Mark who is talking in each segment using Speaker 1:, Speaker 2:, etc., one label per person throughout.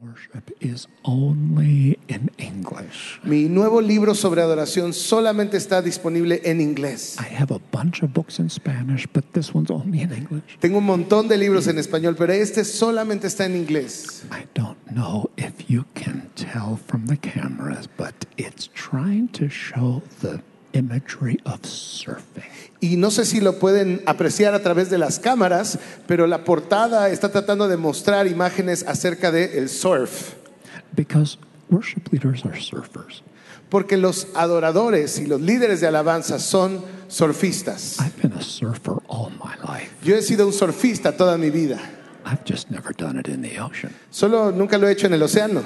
Speaker 1: worship is only in English.
Speaker 2: Mi nuevo libro sobre adoración solamente está disponible en inglés.
Speaker 1: I have a bunch of books in Spanish, but this one's only in English.
Speaker 2: Tengo un montón de libros en español, pero este solamente está en inglés.
Speaker 1: I don't know if you can tell from the cameras, but it's trying to show the imagery of surfing.
Speaker 2: Y no sé si lo pueden apreciar a través de las cámaras, pero la portada está tratando de mostrar imágenes acerca del el surf.
Speaker 1: Because worship leaders are surfers.
Speaker 2: Porque los adoradores y los líderes de alabanza son surfistas.
Speaker 1: I've been a surfer all my life.
Speaker 2: Yo he sido un surfista toda mi vida,
Speaker 1: I've just never done it in the ocean.
Speaker 2: solo nunca lo he hecho en el océano.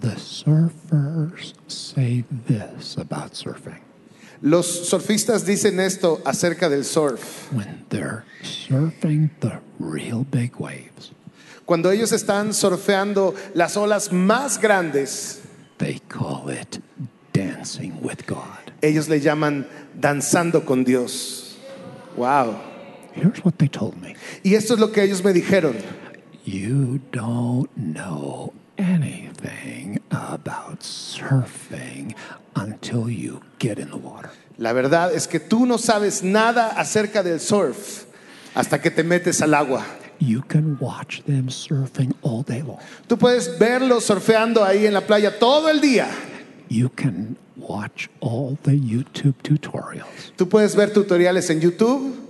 Speaker 1: The surfers say this about surfing.
Speaker 2: Los surfistas dicen esto acerca del surf.
Speaker 1: When they're surfing the real big waves,
Speaker 2: Cuando ellos están surfeando las olas más grandes,
Speaker 1: they call it dancing with God.
Speaker 2: ellos le llaman danzando con Dios. Wow.
Speaker 1: Here's what they told me
Speaker 2: Y esto es lo que ellos me dijeron.
Speaker 1: You don't know anything about surfing until you get in the water.
Speaker 2: La verdad es que tú no sabes nada acerca del surf hasta que te metes al agua.
Speaker 1: You can watch them surfing all day long.
Speaker 2: Tú puedes verlos surfeando ahí en la playa todo el día.
Speaker 1: You can watch all the YouTube tutorials.
Speaker 2: Tú puedes ver tutoriales en YouTube,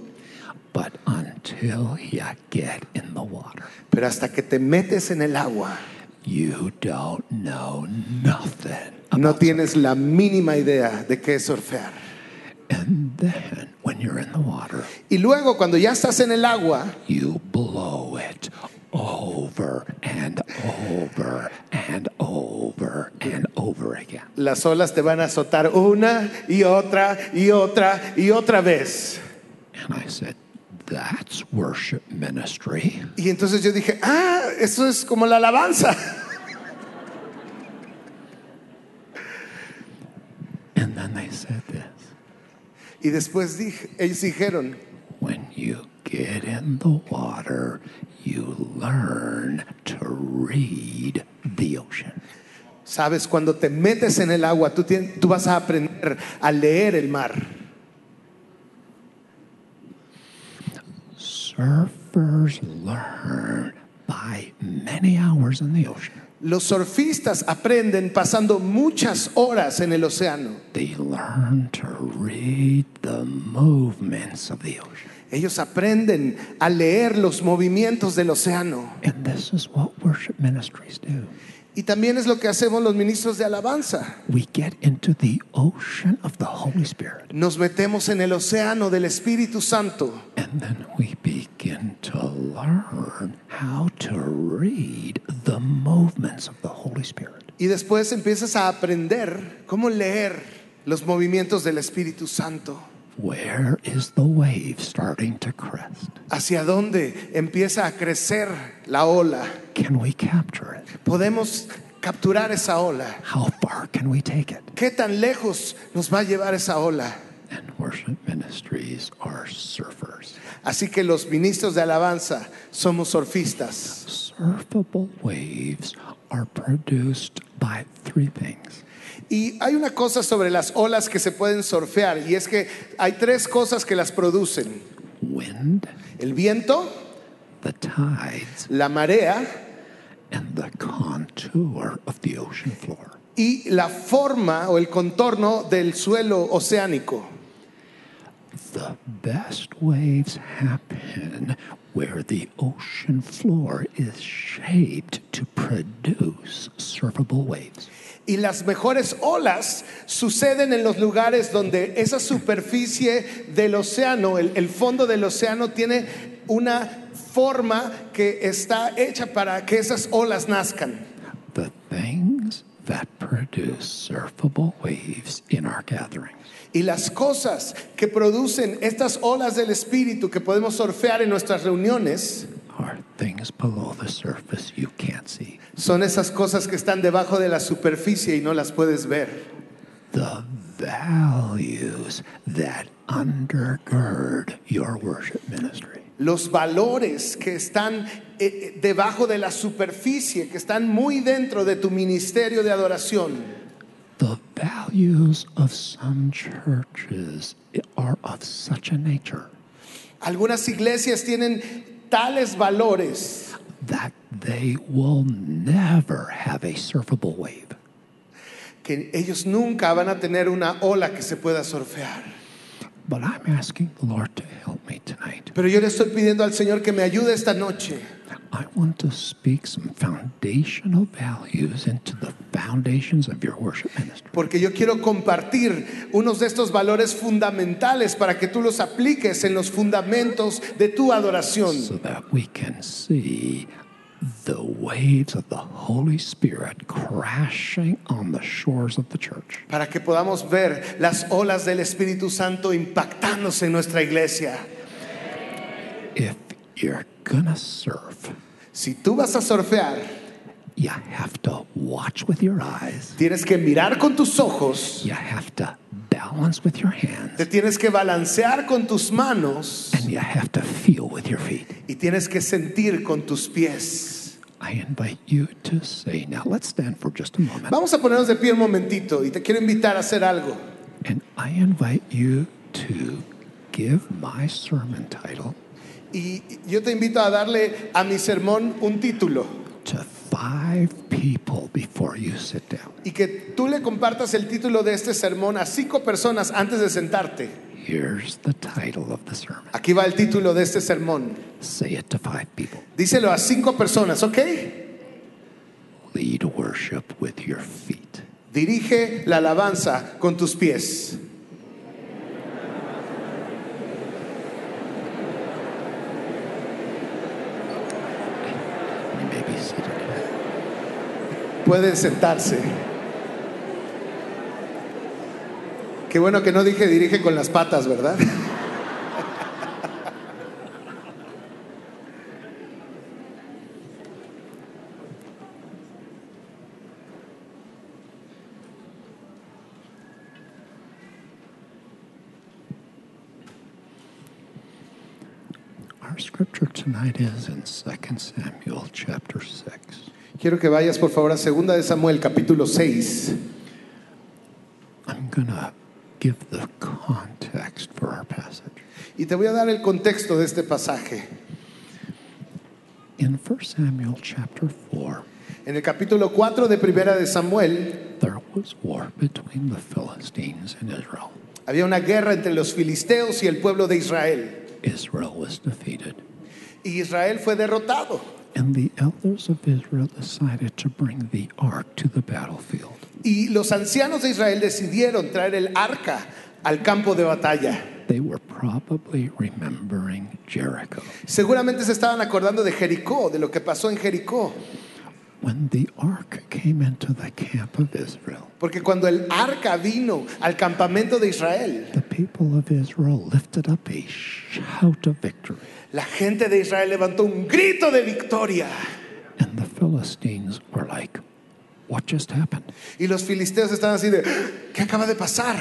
Speaker 1: But until you get in the water,
Speaker 2: pero hasta que te metes en el agua
Speaker 1: you don't know nothing.
Speaker 2: no tienes la mínima idea de qué es surfear.
Speaker 1: And then when you're in the water,
Speaker 2: Y luego cuando ya estás en el agua,
Speaker 1: you blow it over and over and over and over again.
Speaker 2: las olas te van a azotar una y otra y otra y otra vez.
Speaker 1: And I said, That's worship ministry.
Speaker 2: Y entonces yo dije, ah, eso es como la alabanza.
Speaker 1: And then they said this
Speaker 2: Y después dije, ellos dijeron,
Speaker 1: when you get in the water, you learn to read the ocean.
Speaker 2: Sabes, cuando te metes en el agua, tú, tien- tú vas a aprender a leer el mar.
Speaker 1: Surfers learn by many hours in the ocean.
Speaker 2: Los surfistas aprenden pasando muchas horas en el océano.
Speaker 1: They learn to read the movements of the ocean.
Speaker 2: Ellos aprenden a leer los movimientos del océano.
Speaker 1: And this is what worship ministries do.
Speaker 2: Y también es lo que hacemos los ministros de alabanza.
Speaker 1: We get into the ocean of the Holy Spirit,
Speaker 2: Nos metemos en el océano del Espíritu Santo
Speaker 1: and then we begin to learn how to read the movements of the Holy Spirit.
Speaker 2: y después empiezas a aprender cómo leer los movimientos del Espíritu Santo.
Speaker 1: Where is the wave starting to crest?
Speaker 2: Hacia dónde empieza a crecer la ola.
Speaker 1: Can we capture it?
Speaker 2: Podemos capturar esa ola.
Speaker 1: How far can we take it?
Speaker 2: ¿Qué tan lejos nos va a llevar esa ola?
Speaker 1: And worship ministries are surfers.
Speaker 2: Así que los ministros de alabanza somos surfistas.
Speaker 1: Surfable waves are produced by three things
Speaker 2: Y hay una cosa sobre las olas que se pueden surfear y es que hay tres cosas que las producen.
Speaker 1: wind,
Speaker 2: El viento,
Speaker 1: the tides,
Speaker 2: la marea
Speaker 1: and the contour of the ocean floor.
Speaker 2: y la forma o el contorno del suelo oceánico.
Speaker 1: The best waves happen where the ocean floor is shaped to produce surfable waves.
Speaker 2: Y las mejores olas suceden en los lugares donde esa superficie del océano, el, el fondo del océano, tiene una forma que está hecha para que esas olas nazcan.
Speaker 1: The things that produce surfable waves in our gatherings
Speaker 2: Y las cosas que producen estas olas del espíritu que podemos surfear en nuestras reuniones
Speaker 1: are things below the surface you can't see.
Speaker 2: son esas cosas que están debajo de la superficie y no las puedes ver.
Speaker 1: The values that undergird your worship ministry.
Speaker 2: los valores que están eh, eh, debajo de la superficie, que están muy dentro de tu ministerio de adoración.
Speaker 1: The values of some churches are of such a nature
Speaker 2: Algunas iglesias tienen tales valores
Speaker 1: that they will never have a surfable wave.
Speaker 2: que ellos nunca van a tener una ola que se pueda surfear.
Speaker 1: But I'm asking the Lord to help me tonight.
Speaker 2: Pero yo le estoy pidiendo al Señor que me ayude esta noche.
Speaker 1: I want to speak some foundational values into the foundations of your worship ministry.
Speaker 2: Porque yo quiero compartir unos de estos valores fundamentales para que tú los apliques en los fundamentos de tu adoración.
Speaker 1: so that we can see the waves of the Holy Spirit crashing on the shores of the church.
Speaker 2: Para que podamos ver las olas del Espíritu Santo impactándose en nuestra iglesia.
Speaker 1: If you're gonna surf,
Speaker 2: Si tú vas a surfear,
Speaker 1: you have to watch with your eyes,
Speaker 2: tienes que mirar con tus ojos,
Speaker 1: you have to balance with your hands,
Speaker 2: te tienes que balancear con tus manos
Speaker 1: and you have to feel with your feet.
Speaker 2: y tienes que sentir con tus pies.
Speaker 1: I invite you to say, now let's stand for just a moment,
Speaker 2: Vamos a ponernos de pie un momentito y te quiero invitar a hacer algo.
Speaker 1: and I invite you to give my sermon title
Speaker 2: Y yo te invito a darle a mi sermón un título.
Speaker 1: to five people before you sit down.
Speaker 2: y que tú le compartas el título de este sermón a cinco personas antes de sentarte.
Speaker 1: Here's the title of the sermon.
Speaker 2: Aquí va el título de este sermón.
Speaker 1: Say it to five people.
Speaker 2: Díselo a cinco personas, ¿ok?
Speaker 1: Lead worship with your feet.
Speaker 2: Dirige la alabanza con tus pies.
Speaker 1: You may be seated.
Speaker 2: Pueden sentarse. Qué bueno que no dije dirige con las patas, ¿verdad?
Speaker 1: Our scripture tonight is in 2 Samuel chapter 6.
Speaker 2: Quiero que vayas por favor a segunda de Samuel capítulo 6.
Speaker 1: I'm going to give the context for our passage.
Speaker 2: Y te voy a dar el contexto de este pasaje.
Speaker 1: In 1 Samuel chapter 4,
Speaker 2: En el capítulo 4 de primera de Samuel
Speaker 1: there was war between the Philistines and Israel.
Speaker 2: había una guerra entre los filisteos y el pueblo de Israel.
Speaker 1: Israel was defeated,
Speaker 2: Y Israel fue derrotado.
Speaker 1: and the elders of Israel decided to bring the ark to the battlefield.
Speaker 2: Y los ancianos de Israel decidieron traer el arca al campo de batalla.
Speaker 1: They were probably remembering Jericho.
Speaker 2: Seguramente se estaban acordando de Jericó, de lo que pasó en Jericó.
Speaker 1: When the ark came into the camp of Israel,
Speaker 2: Porque cuando el arca vino al campamento de Israel,
Speaker 1: the people of Israel lifted up a shout of victory,
Speaker 2: la gente de Israel levantó un grito de victoria.
Speaker 1: and the Philistines were like, What just happened?
Speaker 2: Y los filisteos estaban así de, ¿qué acaba de pasar?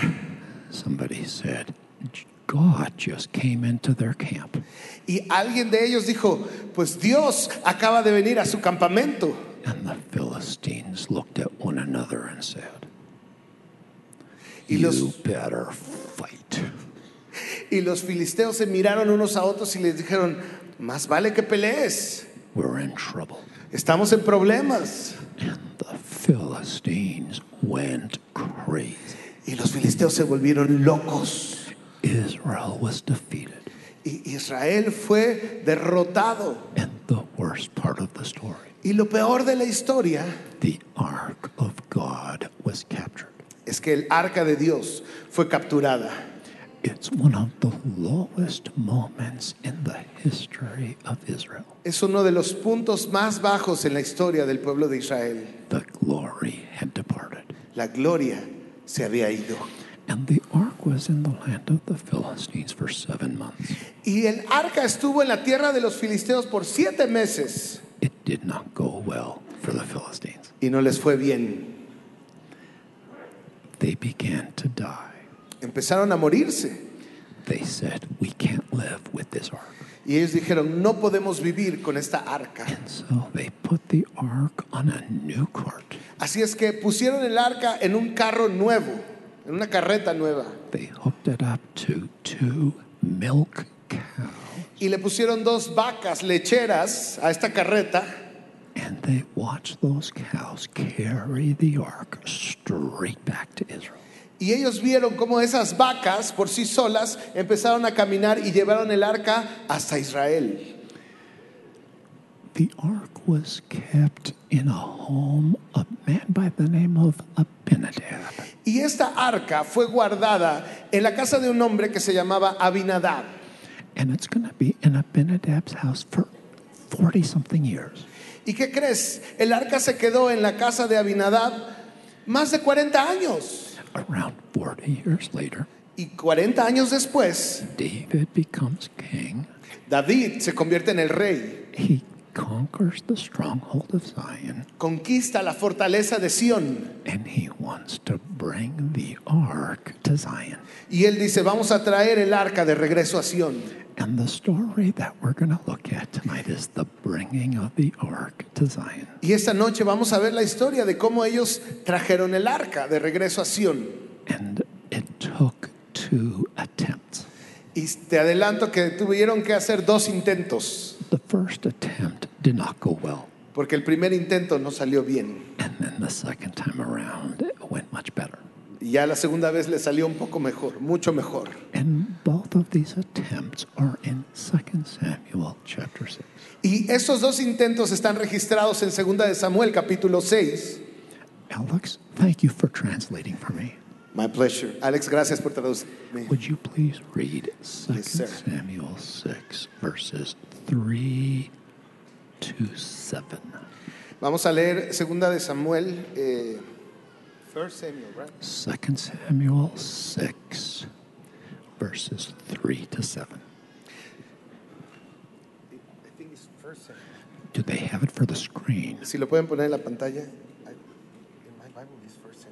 Speaker 1: Somebody said, God just came into their camp.
Speaker 2: Y alguien de ellos dijo, pues Dios acaba de venir a su campamento.
Speaker 1: And the Philistines looked at one another and said,
Speaker 2: Y
Speaker 1: You
Speaker 2: los,
Speaker 1: better fight.
Speaker 2: y los filisteos se miraron unos a otros y les dijeron, más vale que pelees.
Speaker 1: We're in trouble.
Speaker 2: Estamos en problemas.
Speaker 1: And the Philistines went crazy.
Speaker 2: Y los filisteos se volvieron locos.
Speaker 1: Israel was defeated.
Speaker 2: Y Israel fue derrotado.
Speaker 1: And the worst part of the story
Speaker 2: Y lo peor de la historia
Speaker 1: the ark of God was captured.
Speaker 2: es que el arca de Dios fue capturada.
Speaker 1: It's one of the lowest moments in the history of Israel.
Speaker 2: Es uno de los puntos más bajos en la historia del pueblo de Israel.
Speaker 1: The glory had departed.
Speaker 2: La gloria se había ido.
Speaker 1: And the ark was in the land of the Philistines for seven months.
Speaker 2: Y el arca estuvo en la tierra de los filisteos por siete meses.
Speaker 1: It did not go well for the Philistines.
Speaker 2: Y no les fue bien.
Speaker 1: They began to die.
Speaker 2: Empezaron a morirse.
Speaker 1: They said, We can't live with this ark.
Speaker 2: Y ellos dijeron, no podemos vivir con esta arca.
Speaker 1: And so they put the ark on a new cart.
Speaker 2: Así es que pusieron el arca en un carro nuevo, en una carreta nueva,
Speaker 1: They hooked it up to two milk cows.
Speaker 2: y le pusieron dos vacas lecheras a esta carreta,
Speaker 1: And they watched those cows carry the ark straight back to Israel.
Speaker 2: y ellos vieron cómo esas vacas por sí solas empezaron a caminar y llevaron el arca hasta Israel.
Speaker 1: The ark was kept in a home of a man by the name of Abinadab.
Speaker 2: Y esta arca fue guardada en la casa de un hombre que se llamaba Abinadab.
Speaker 1: And it's going to be in Abinadab's house for 40 something years.
Speaker 2: ¿Y qué crees? El arca se quedó en la casa de Abinadab más de 40 años.
Speaker 1: Around 40 years later,
Speaker 2: Y 40 años después,
Speaker 1: David becomes king.
Speaker 2: David se convierte en el rey,
Speaker 1: He conquers the stronghold of Zion
Speaker 2: conquista la fortaleza de Sión.
Speaker 1: and he wants to bring the ark to Zion.
Speaker 2: Y él dice, vamos a traer el arca de regreso a Sión.
Speaker 1: And the story that we're going to look at tonight is the bringing of the ark to Zion.
Speaker 2: Y esta noche vamos a ver la historia de cómo ellos trajeron el arca de regreso a Sión.
Speaker 1: And it took two attempts.
Speaker 2: Y te adelanto que tuvieron que hacer dos intentos,
Speaker 1: The first attempt did not go well.
Speaker 2: porque el primer intento no salió bien.
Speaker 1: And then the second time around, it went much better.
Speaker 2: Y ya la segunda vez le salió un poco mejor, mucho mejor.
Speaker 1: And both of these attempts are in 2 Samuel chapter 6.
Speaker 2: Y esos dos intentos están registrados en 2 de Samuel capítulo 6.
Speaker 1: Alex, thank you for translating for me.
Speaker 2: My pleasure. Alex, gracias por traducirme.
Speaker 1: Would you please read 2
Speaker 2: Yes, sir.
Speaker 1: Samuel 6, verses 3 to 7?
Speaker 2: Vamos a leer 2 de Samuel. eh, First Samuel, right?
Speaker 1: 2 Samuel 6, verses 3 to 7.
Speaker 2: I think it's First Samuel.
Speaker 1: Do they have it for the screen?
Speaker 2: Si lo pueden poner en la pantalla. I- in my Bible it's First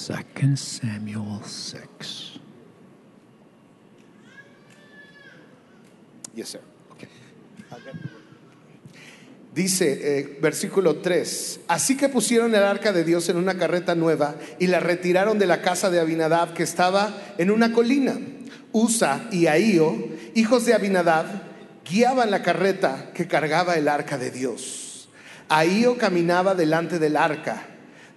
Speaker 2: Samuel.
Speaker 1: 2 Samuel 6.
Speaker 2: Yes, sir. Okay. Dice, eh, versículo 3, así que pusieron el arca de Dios en una carreta nueva y la retiraron de la casa de Abinadab que estaba en una colina. Usa y Ahío, hijos de Abinadab, guiaban la carreta que cargaba el arca de Dios. Ahío caminaba delante del arca.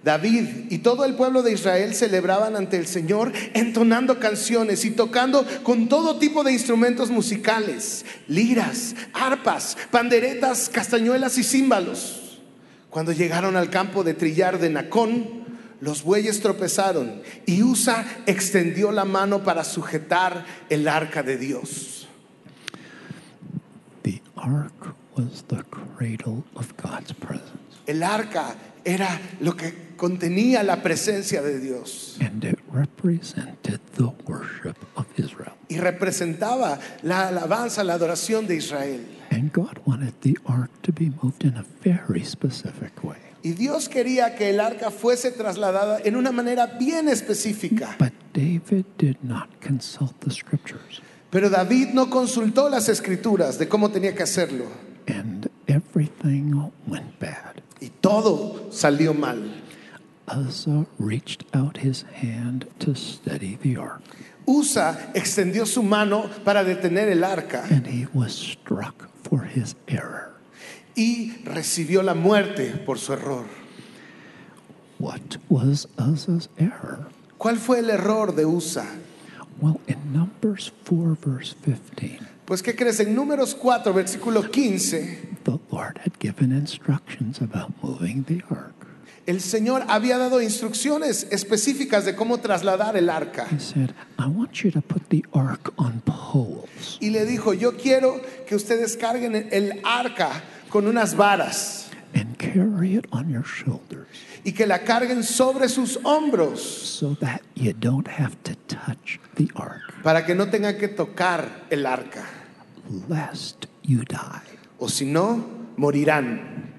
Speaker 2: David y todo el pueblo de Israel celebraban ante el Señor entonando canciones y tocando con todo tipo de instrumentos musicales, liras, arpas, panderetas, castañuelas y címbalos. Cuando llegaron al campo de trillar de Nacón, los bueyes tropezaron y Usa extendió la mano para sujetar el arca de Dios.
Speaker 1: The ark was the cradle of God's presence,
Speaker 2: El arca era lo que contenía la presencia de Dios.
Speaker 1: and it represented the worship of Israel.
Speaker 2: y representaba la alabanza, la adoración de Israel.
Speaker 1: And God wanted the ark to be moved in a very specific way.
Speaker 2: Y Dios quería que el arca fuese trasladada en una manera bien específica.
Speaker 1: But David did not consult the scriptures.
Speaker 2: Pero David no consultó las escrituras de cómo tenía que hacerlo.
Speaker 1: and everything went bad.
Speaker 2: Y todo salió mal.
Speaker 1: Uzzah reached out his hand to steady the ark,
Speaker 2: Usa extendió su mano para detener el arca
Speaker 1: and he was struck for his error.
Speaker 2: y recibió la muerte por su error.
Speaker 1: What was Uzzah's error?
Speaker 2: ¿Cuál fue el error de Usa?
Speaker 1: Well, in Numbers 4, verse 15,
Speaker 2: Pues ¿qué crees? En Números 4, versículo 15,
Speaker 1: the Lord had given instructions about moving the ark.
Speaker 2: El Señor había dado instrucciones específicas de cómo trasladar el arca.
Speaker 1: He said, I want you to put the ark on poles.
Speaker 2: Y le dijo, yo quiero que ustedes carguen el arca con unas varas
Speaker 1: And carry it on your shoulders
Speaker 2: y que la carguen sobre sus hombros
Speaker 1: so that you don't have to touch the ark.
Speaker 2: para que no tengan que tocar el arca.
Speaker 1: lest you die.
Speaker 2: O si no, morirán.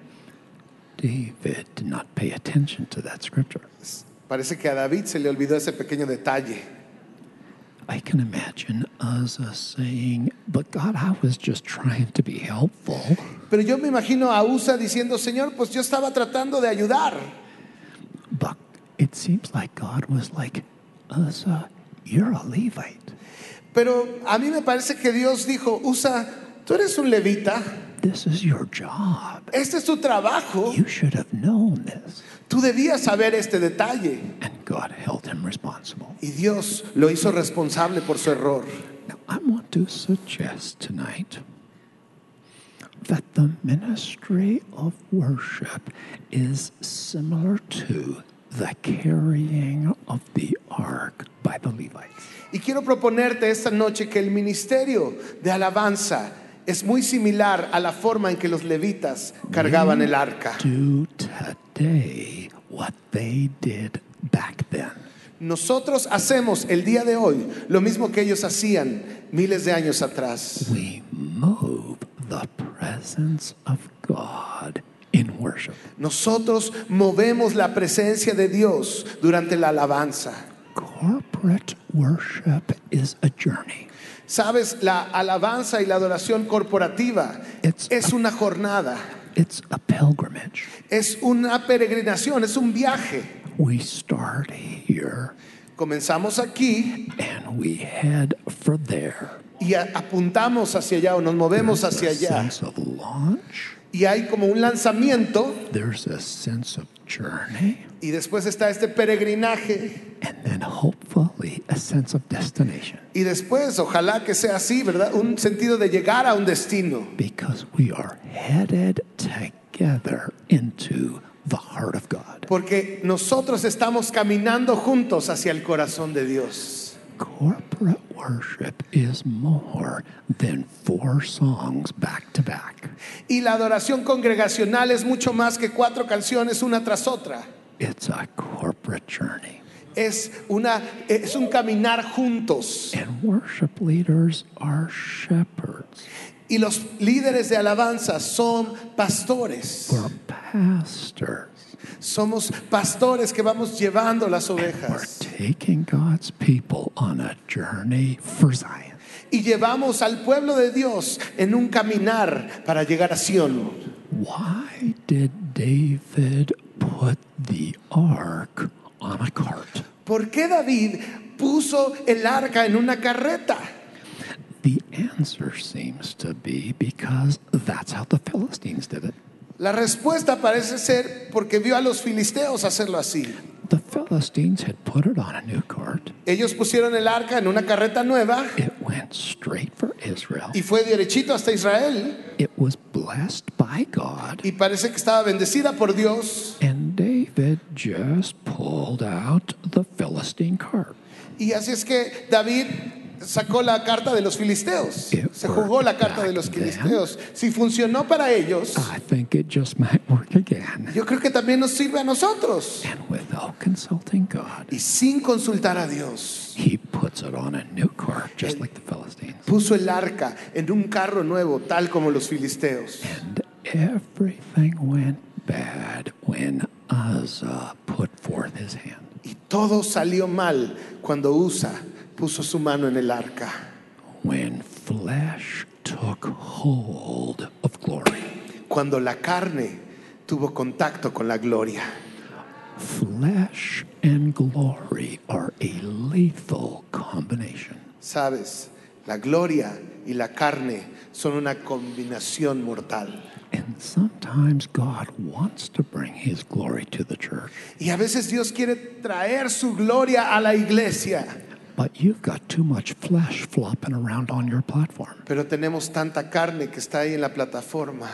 Speaker 1: David did not pay attention to that scripture.
Speaker 2: Parece que a David se le olvidó ese pequeño detalle.
Speaker 1: I can imagine Uzzah saying, But God, I was just trying to be helpful.
Speaker 2: Pero yo me imagino a Usa diciendo, Señor, pues yo estaba tratando de ayudar.
Speaker 1: But it seems like God was like, Uzzah, you're a Levite.
Speaker 2: Pero a mí me parece que Dios dijo, Usa, tú eres un levita,
Speaker 1: This is your job.
Speaker 2: este es tu trabajo,
Speaker 1: You should have known this.
Speaker 2: tú debías saber este detalle.
Speaker 1: And God held him responsible.
Speaker 2: Y Dios lo hizo responsable por su error.
Speaker 1: Now, I want to suggest tonight that the ministry of worship is similar to the carrying of the ark by the Levites.
Speaker 2: Y quiero proponerte esta noche que el ministerio de alabanza es muy similar a la forma en que los levitas cargaban el arca.
Speaker 1: Do today what they did back then.
Speaker 2: Nosotros hacemos el día de hoy lo mismo que ellos hacían miles de años atrás.
Speaker 1: We move the presence of God in worship.
Speaker 2: Nosotros movemos la presencia de Dios durante la alabanza.
Speaker 1: Corporate worship is a journey.
Speaker 2: Sabes, la alabanza y la adoración corporativa
Speaker 1: It's-
Speaker 2: es una jornada,
Speaker 1: It's a pilgrimage.
Speaker 2: es una peregrinación, es un viaje.
Speaker 1: We start here
Speaker 2: Comenzamos aquí
Speaker 1: and we head for there.
Speaker 2: y a- apuntamos hacia allá o nos movemos hacia
Speaker 1: a
Speaker 2: allá.
Speaker 1: sense of launch.
Speaker 2: Y hay como un lanzamiento
Speaker 1: There's a sense of journey,
Speaker 2: y después está este peregrinaje
Speaker 1: and then hopefully a sense of destination,
Speaker 2: y después, ojalá que sea así, ¿verdad? Un sentido de llegar a un destino.
Speaker 1: because we are headed together into the heart of God.
Speaker 2: Porque nosotros estamos caminando juntos hacia el corazón de Dios.
Speaker 1: Corporate worship is more than four songs back to back.
Speaker 2: Y la adoración congregacional es mucho más que cuatro canciones una tras otra.
Speaker 1: It's a corporate journey.
Speaker 2: Es, una, es un caminar juntos.
Speaker 1: And worship leaders are shepherds
Speaker 2: Y los líderes de alabanza son pastores.
Speaker 1: or pastors.
Speaker 2: Somos pastores que vamos llevando las
Speaker 1: We're
Speaker 2: ovejas.
Speaker 1: taking God's people on a journey for Zion.
Speaker 2: Y llevamos al pueblo de Dios en un caminar para llegar a Sion.
Speaker 1: Why did David put the ark on a cart?
Speaker 2: ¿Por qué David puso el arca en una carreta?
Speaker 1: The answer seems to be because that's how the Philistines did it.
Speaker 2: La respuesta parece ser porque vio a los filisteos hacerlo así.
Speaker 1: The Philistines had put it on a new cart.
Speaker 2: Ellos pusieron el arca en una carreta nueva
Speaker 1: It went straight for Israel.
Speaker 2: y fue derechito hasta Israel
Speaker 1: It was blessed by God.
Speaker 2: y parece que estaba bendecida por Dios.
Speaker 1: And David just pulled out the Philistine cart.
Speaker 2: Y así es que David sacó la carta de los filisteos. Se jugó la carta de los filisteos. Si funcionó para ellos,
Speaker 1: I think it just might work again.
Speaker 2: yo creo que también nos sirve a nosotros.
Speaker 1: And without consulting God,
Speaker 2: Y sin consultar a Dios,
Speaker 1: he puts it on a new cart, just like the Philistines.
Speaker 2: puso el arca en un carro nuevo, tal como los filisteos.
Speaker 1: And everything went bad when Uzzah put forth his hand.
Speaker 2: Y todo salió mal cuando Usa puso su mano en el arca.
Speaker 1: When flesh took hold of glory,
Speaker 2: Cuando la carne tuvo contacto con la gloria.
Speaker 1: flesh and glory are a lethal combination.
Speaker 2: Sabes, la gloria y la carne son una combinación mortal.
Speaker 1: And sometimes God wants to bring his glory to the church,
Speaker 2: Y a veces Dios quiere traer su gloria a la iglesia,
Speaker 1: but you've got too much flesh flopping around on your platform.
Speaker 2: pero tenemos tanta carne que está ahí en la plataforma.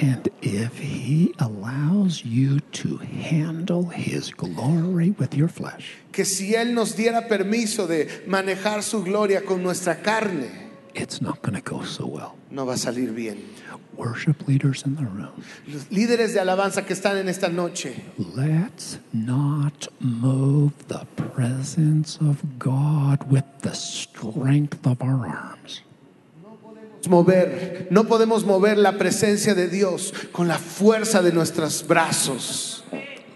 Speaker 1: And if he allows you to handle his glory with your flesh,
Speaker 2: Que si Él nos diera permiso de manejar su gloria con nuestra carne,
Speaker 1: it's not going to go so well.
Speaker 2: no va a salir bien.
Speaker 1: Worship leaders in the room,
Speaker 2: Los líderes de alabanza que están en esta noche,
Speaker 1: let's not move the presence of God with the strength of our arms.
Speaker 2: mover, no podemos mover la presencia de Dios con la fuerza de nuestros brazos.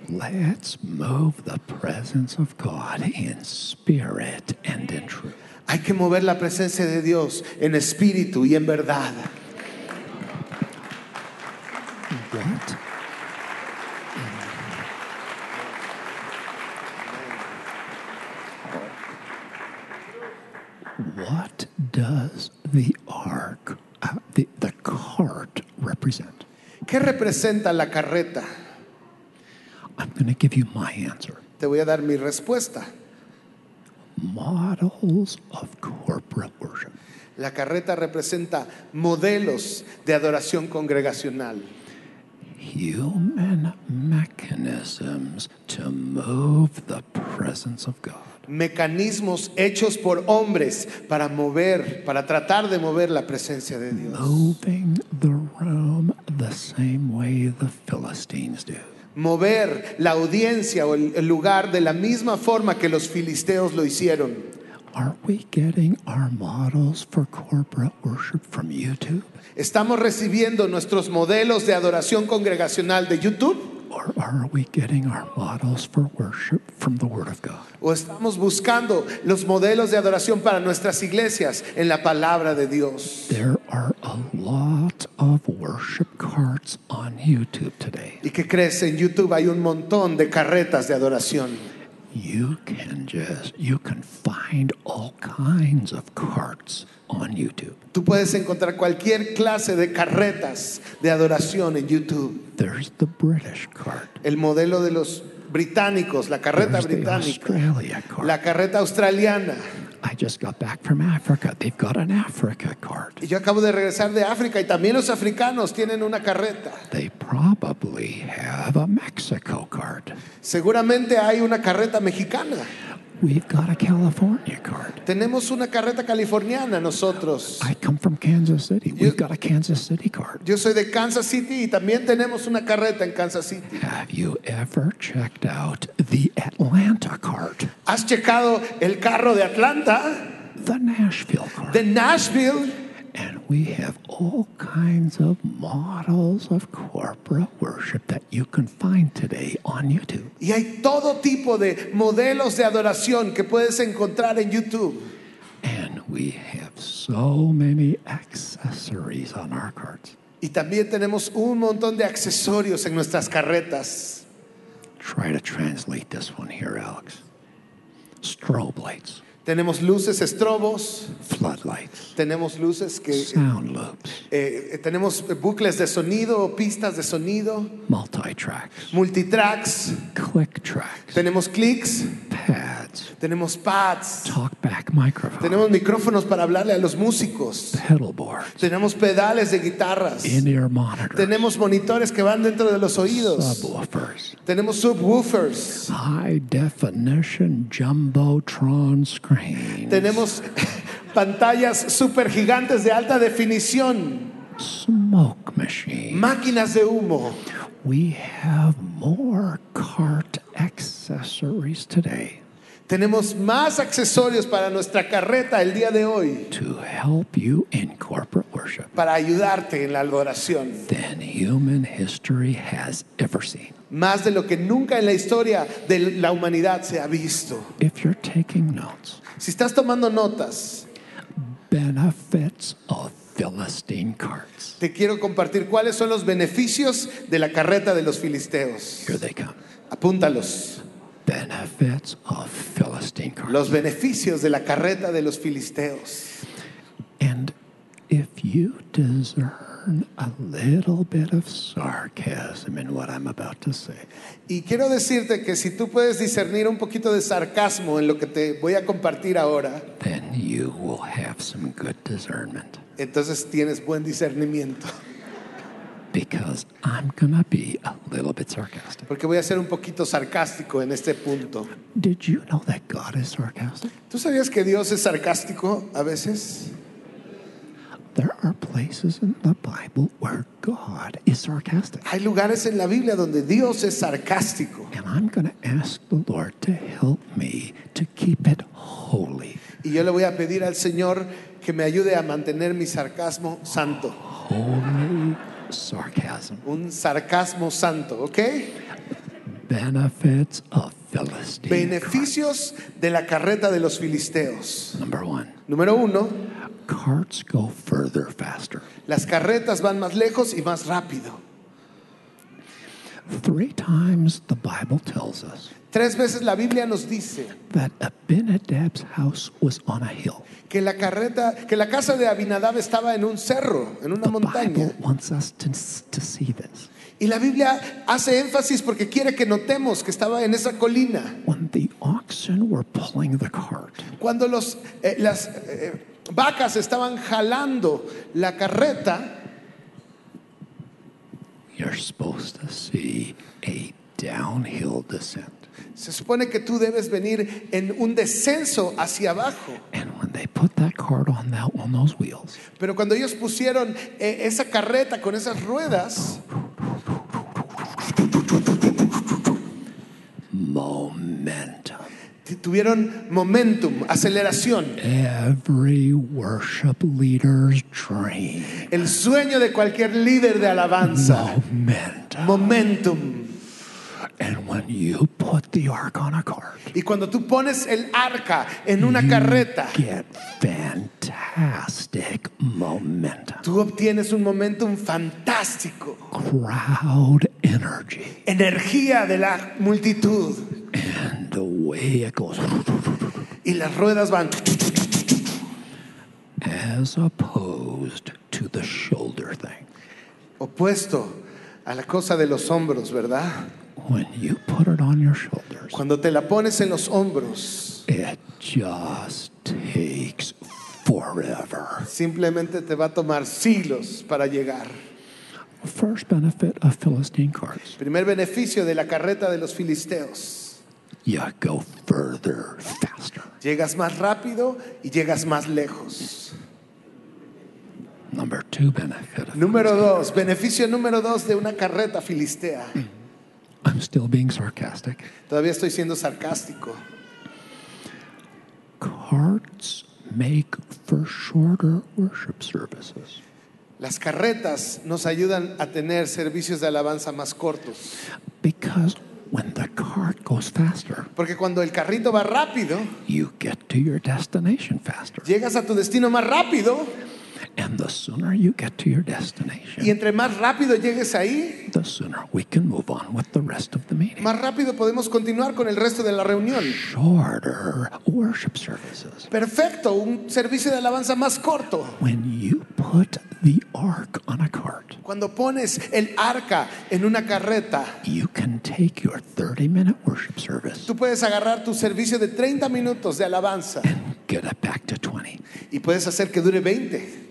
Speaker 1: Let's move the presence of God in spirit and in truth.
Speaker 2: Hay que mover la presencia de Dios en espíritu y en verdad.
Speaker 1: What? What does the ark, uh, the, the cart, represent?
Speaker 2: ¿Qué representa la carreta?
Speaker 1: I'm going to give you my answer.
Speaker 2: Te voy a dar mi respuesta.
Speaker 1: Models of corporate worship.
Speaker 2: La carreta representa modelos de adoración congregacional.
Speaker 1: Human mechanisms to move the presence of God.
Speaker 2: Mecanismos hechos por hombres para mover, para tratar de mover la presencia de Dios.
Speaker 1: Moving the room the same way the Philistines do.
Speaker 2: Mover la audiencia o el, el lugar de la misma forma que los filisteos lo hicieron.
Speaker 1: Are we getting our models for corporate worship from YouTube?
Speaker 2: ¿Estamos recibiendo nuestros modelos de adoración congregacional de YouTube?
Speaker 1: Or are we getting our models for worship from the Word of God?
Speaker 2: ¿O estamos buscando los modelos de adoración para nuestras iglesias en la palabra de Dios?
Speaker 1: There are a lot of worship carts on YouTube today.
Speaker 2: ¿Y qué crees? En YouTube hay un montón de carretas de adoración.
Speaker 1: You can just, you can find all kinds of carts on YouTube.
Speaker 2: Tú puedes encontrar cualquier clase de carretas de adoración en YouTube.
Speaker 1: There's the British cart,
Speaker 2: El modelo de los británicos, la carreta
Speaker 1: there's the
Speaker 2: británica,
Speaker 1: Australia cart.
Speaker 2: la carreta australiana.
Speaker 1: I just got back from Africa. They've got an Africa cart.
Speaker 2: Y yo acabo de regresar de África y también los africanos tienen una carreta.
Speaker 1: They probably have a Mexico cart.
Speaker 2: Seguramente hay una carreta mexicana.
Speaker 1: We've got a California cart.
Speaker 2: Tenemos una carreta californiana nosotros.
Speaker 1: I come from Kansas City.
Speaker 2: You-
Speaker 1: We've got a Kansas City card.
Speaker 2: Yo soy de Kansas City y también tenemos una carreta en Kansas City.
Speaker 1: Have you ever checked out the Atlanta card,
Speaker 2: ¿Has checado el carro de Atlanta?
Speaker 1: the Nashville card?
Speaker 2: de Nashville.
Speaker 1: and we have all kinds of models of corporate worship that you can find today on YouTube.
Speaker 2: Y hay todo tipo de modelos de adoración que puedes encontrar en YouTube.
Speaker 1: And we have so many accessories on our cards.
Speaker 2: Y también tenemos un montón de accesorios en nuestras carretas.
Speaker 1: Try to translate this one here, Alex. Strobe lights,
Speaker 2: Tenemos luces estrobos,
Speaker 1: floodlights,
Speaker 2: tenemos luces que...
Speaker 1: sound loops,
Speaker 2: eh, eh, tenemos bucles de sonido, pistas de sonido,
Speaker 1: multi tracks,
Speaker 2: multitracks,
Speaker 1: click tracks.
Speaker 2: tenemos clics,
Speaker 1: pads,
Speaker 2: tenemos pads,
Speaker 1: talkback microphone,
Speaker 2: tenemos micrófonos para hablarle a los músicos,
Speaker 1: pedal boards,
Speaker 2: tenemos pedales de guitarras,
Speaker 1: in-ear monitor,
Speaker 2: tenemos monitores que van dentro de los oídos.
Speaker 1: subwoofers,
Speaker 2: Tenemos subwoofers.
Speaker 1: high-definition jumbotron screens,
Speaker 2: Tenemos pantallas super gigantes de alta definición.
Speaker 1: smoke machine.
Speaker 2: Máquinas de humo.
Speaker 1: We have more cart accessories today
Speaker 2: Tenemos más accesorios para nuestra carreta el día de hoy
Speaker 1: to help you in corporate worship
Speaker 2: para ayudarte en la adoración.
Speaker 1: than human history has ever seen.
Speaker 2: Más de lo que nunca en la historia de la humanidad se ha visto.
Speaker 1: If you're taking notes,
Speaker 2: Si estás tomando notas,
Speaker 1: benefits of Philistine carts.
Speaker 2: te quiero compartir cuáles son los beneficios de la carreta de los filisteos.
Speaker 1: Here they come.
Speaker 2: Apúntalos.
Speaker 1: benefits of Philistine carts.
Speaker 2: Los beneficios de la carreta de los filisteos.
Speaker 1: and if you discern a little bit of sarcasm in what I'm about to say,
Speaker 2: Y quiero decirte que si tú puedes discernir un poquito de sarcasmo en lo que te voy a compartir ahora,
Speaker 1: then you will have some good discernment
Speaker 2: entonces tienes buen discernimiento,
Speaker 1: because I'm going to be a little bit sarcastic.
Speaker 2: porque voy a ser un poquito sarcástico en este punto.
Speaker 1: Did you know that God is sarcastic?
Speaker 2: ¿Tú sabías que Dios es sarcástico a veces?
Speaker 1: There are places in the Bible where God is sarcastic.
Speaker 2: Hay lugares en la Biblia donde Dios es sarcástico.
Speaker 1: And I'm going to ask the Lord to help me to keep it holy.
Speaker 2: Y yo le voy a pedir al Señor que me ayude a mantener mi sarcasmo santo,
Speaker 1: Holy sarcasm.
Speaker 2: un sarcasmo santo, ¿ok?
Speaker 1: benefits of Philistine.
Speaker 2: Beneficios de la carreta de los filisteos.
Speaker 1: carts. Number one,
Speaker 2: Número uno,
Speaker 1: carts go further faster.
Speaker 2: las carretas van más lejos y más rápido.
Speaker 1: Three times the Bible tells us
Speaker 2: Tres veces la Biblia nos dice
Speaker 1: that Abinadab's house was on a hill.
Speaker 2: que la carreta, que la casa de Abinadab estaba en un cerro, en una
Speaker 1: The Bible
Speaker 2: montaña.
Speaker 1: wants us to, to see this.
Speaker 2: Y la Biblia hace énfasis porque quiere que notemos que estaba en esa colina.
Speaker 1: When the oxen were pulling the cart,
Speaker 2: Cuando los, eh, las eh, vacas estaban jalando la carreta,
Speaker 1: you're supposed to see a downhill descent.
Speaker 2: se supone que tú debes venir en un descenso hacia abajo.
Speaker 1: And when they put that cart on that on those wheels,
Speaker 2: Pero cuando ellos pusieron eh, esa carreta con esas ruedas,
Speaker 1: momentum.
Speaker 2: t- tuvieron momentum, aceleración.
Speaker 1: Every worship leader's dream.
Speaker 2: El sueño de cualquier líder de alabanza.
Speaker 1: Momentum.
Speaker 2: Momentum.
Speaker 1: And when you put the ark on a cart,
Speaker 2: Y cuando tú pones el arca en una carreta,
Speaker 1: get fantastic momentum.
Speaker 2: tú obtienes un momentum fantástico.
Speaker 1: Crowd energy.
Speaker 2: Energía de la multitud.
Speaker 1: And the way it goes,
Speaker 2: Y las ruedas van
Speaker 1: as opposed to the shoulder thing.
Speaker 2: opuesto a la cosa de los hombros, ¿verdad?
Speaker 1: When you put it on your shoulders,
Speaker 2: Cuando te la pones en los hombros,
Speaker 1: It just takes forever.
Speaker 2: simplemente te va a tomar siglos para llegar.
Speaker 1: First benefit of Philistine carts,
Speaker 2: Primer beneficio de la carreta de los filisteos.
Speaker 1: you go further faster.
Speaker 2: Llegas más rápido y llegas más lejos.
Speaker 1: Number two benefit of,
Speaker 2: Número dos, beneficio número dos de una carreta filistea.
Speaker 1: I'm still being sarcastic.
Speaker 2: Todavía estoy siendo sarcástico.
Speaker 1: Carts make for shorter worship services.
Speaker 2: Las carretas nos ayudan a tener servicios de alabanza más cortos.
Speaker 1: Because when the cart goes faster,
Speaker 2: Porque cuando el carrito va rápido,
Speaker 1: you get to your destination faster.
Speaker 2: llegas a tu destino más rápido.
Speaker 1: And the sooner you get to your
Speaker 2: Y
Speaker 1: destination,
Speaker 2: entre más rápido llegues ahí,
Speaker 1: the sooner we can move on with the rest of the meeting.
Speaker 2: más rápido podemos continuar con el resto de la reunión.
Speaker 1: shorter worship services.
Speaker 2: Perfecto, un servicio de alabanza más corto.
Speaker 1: When you put the ark on a cart,
Speaker 2: Cuando pones el arca en una carreta,
Speaker 1: you can take your 30 minute worship service
Speaker 2: tú puedes agarrar tu servicio de 30 minutos de alabanza
Speaker 1: and get it back to 20.
Speaker 2: y puedes hacer que dure 20.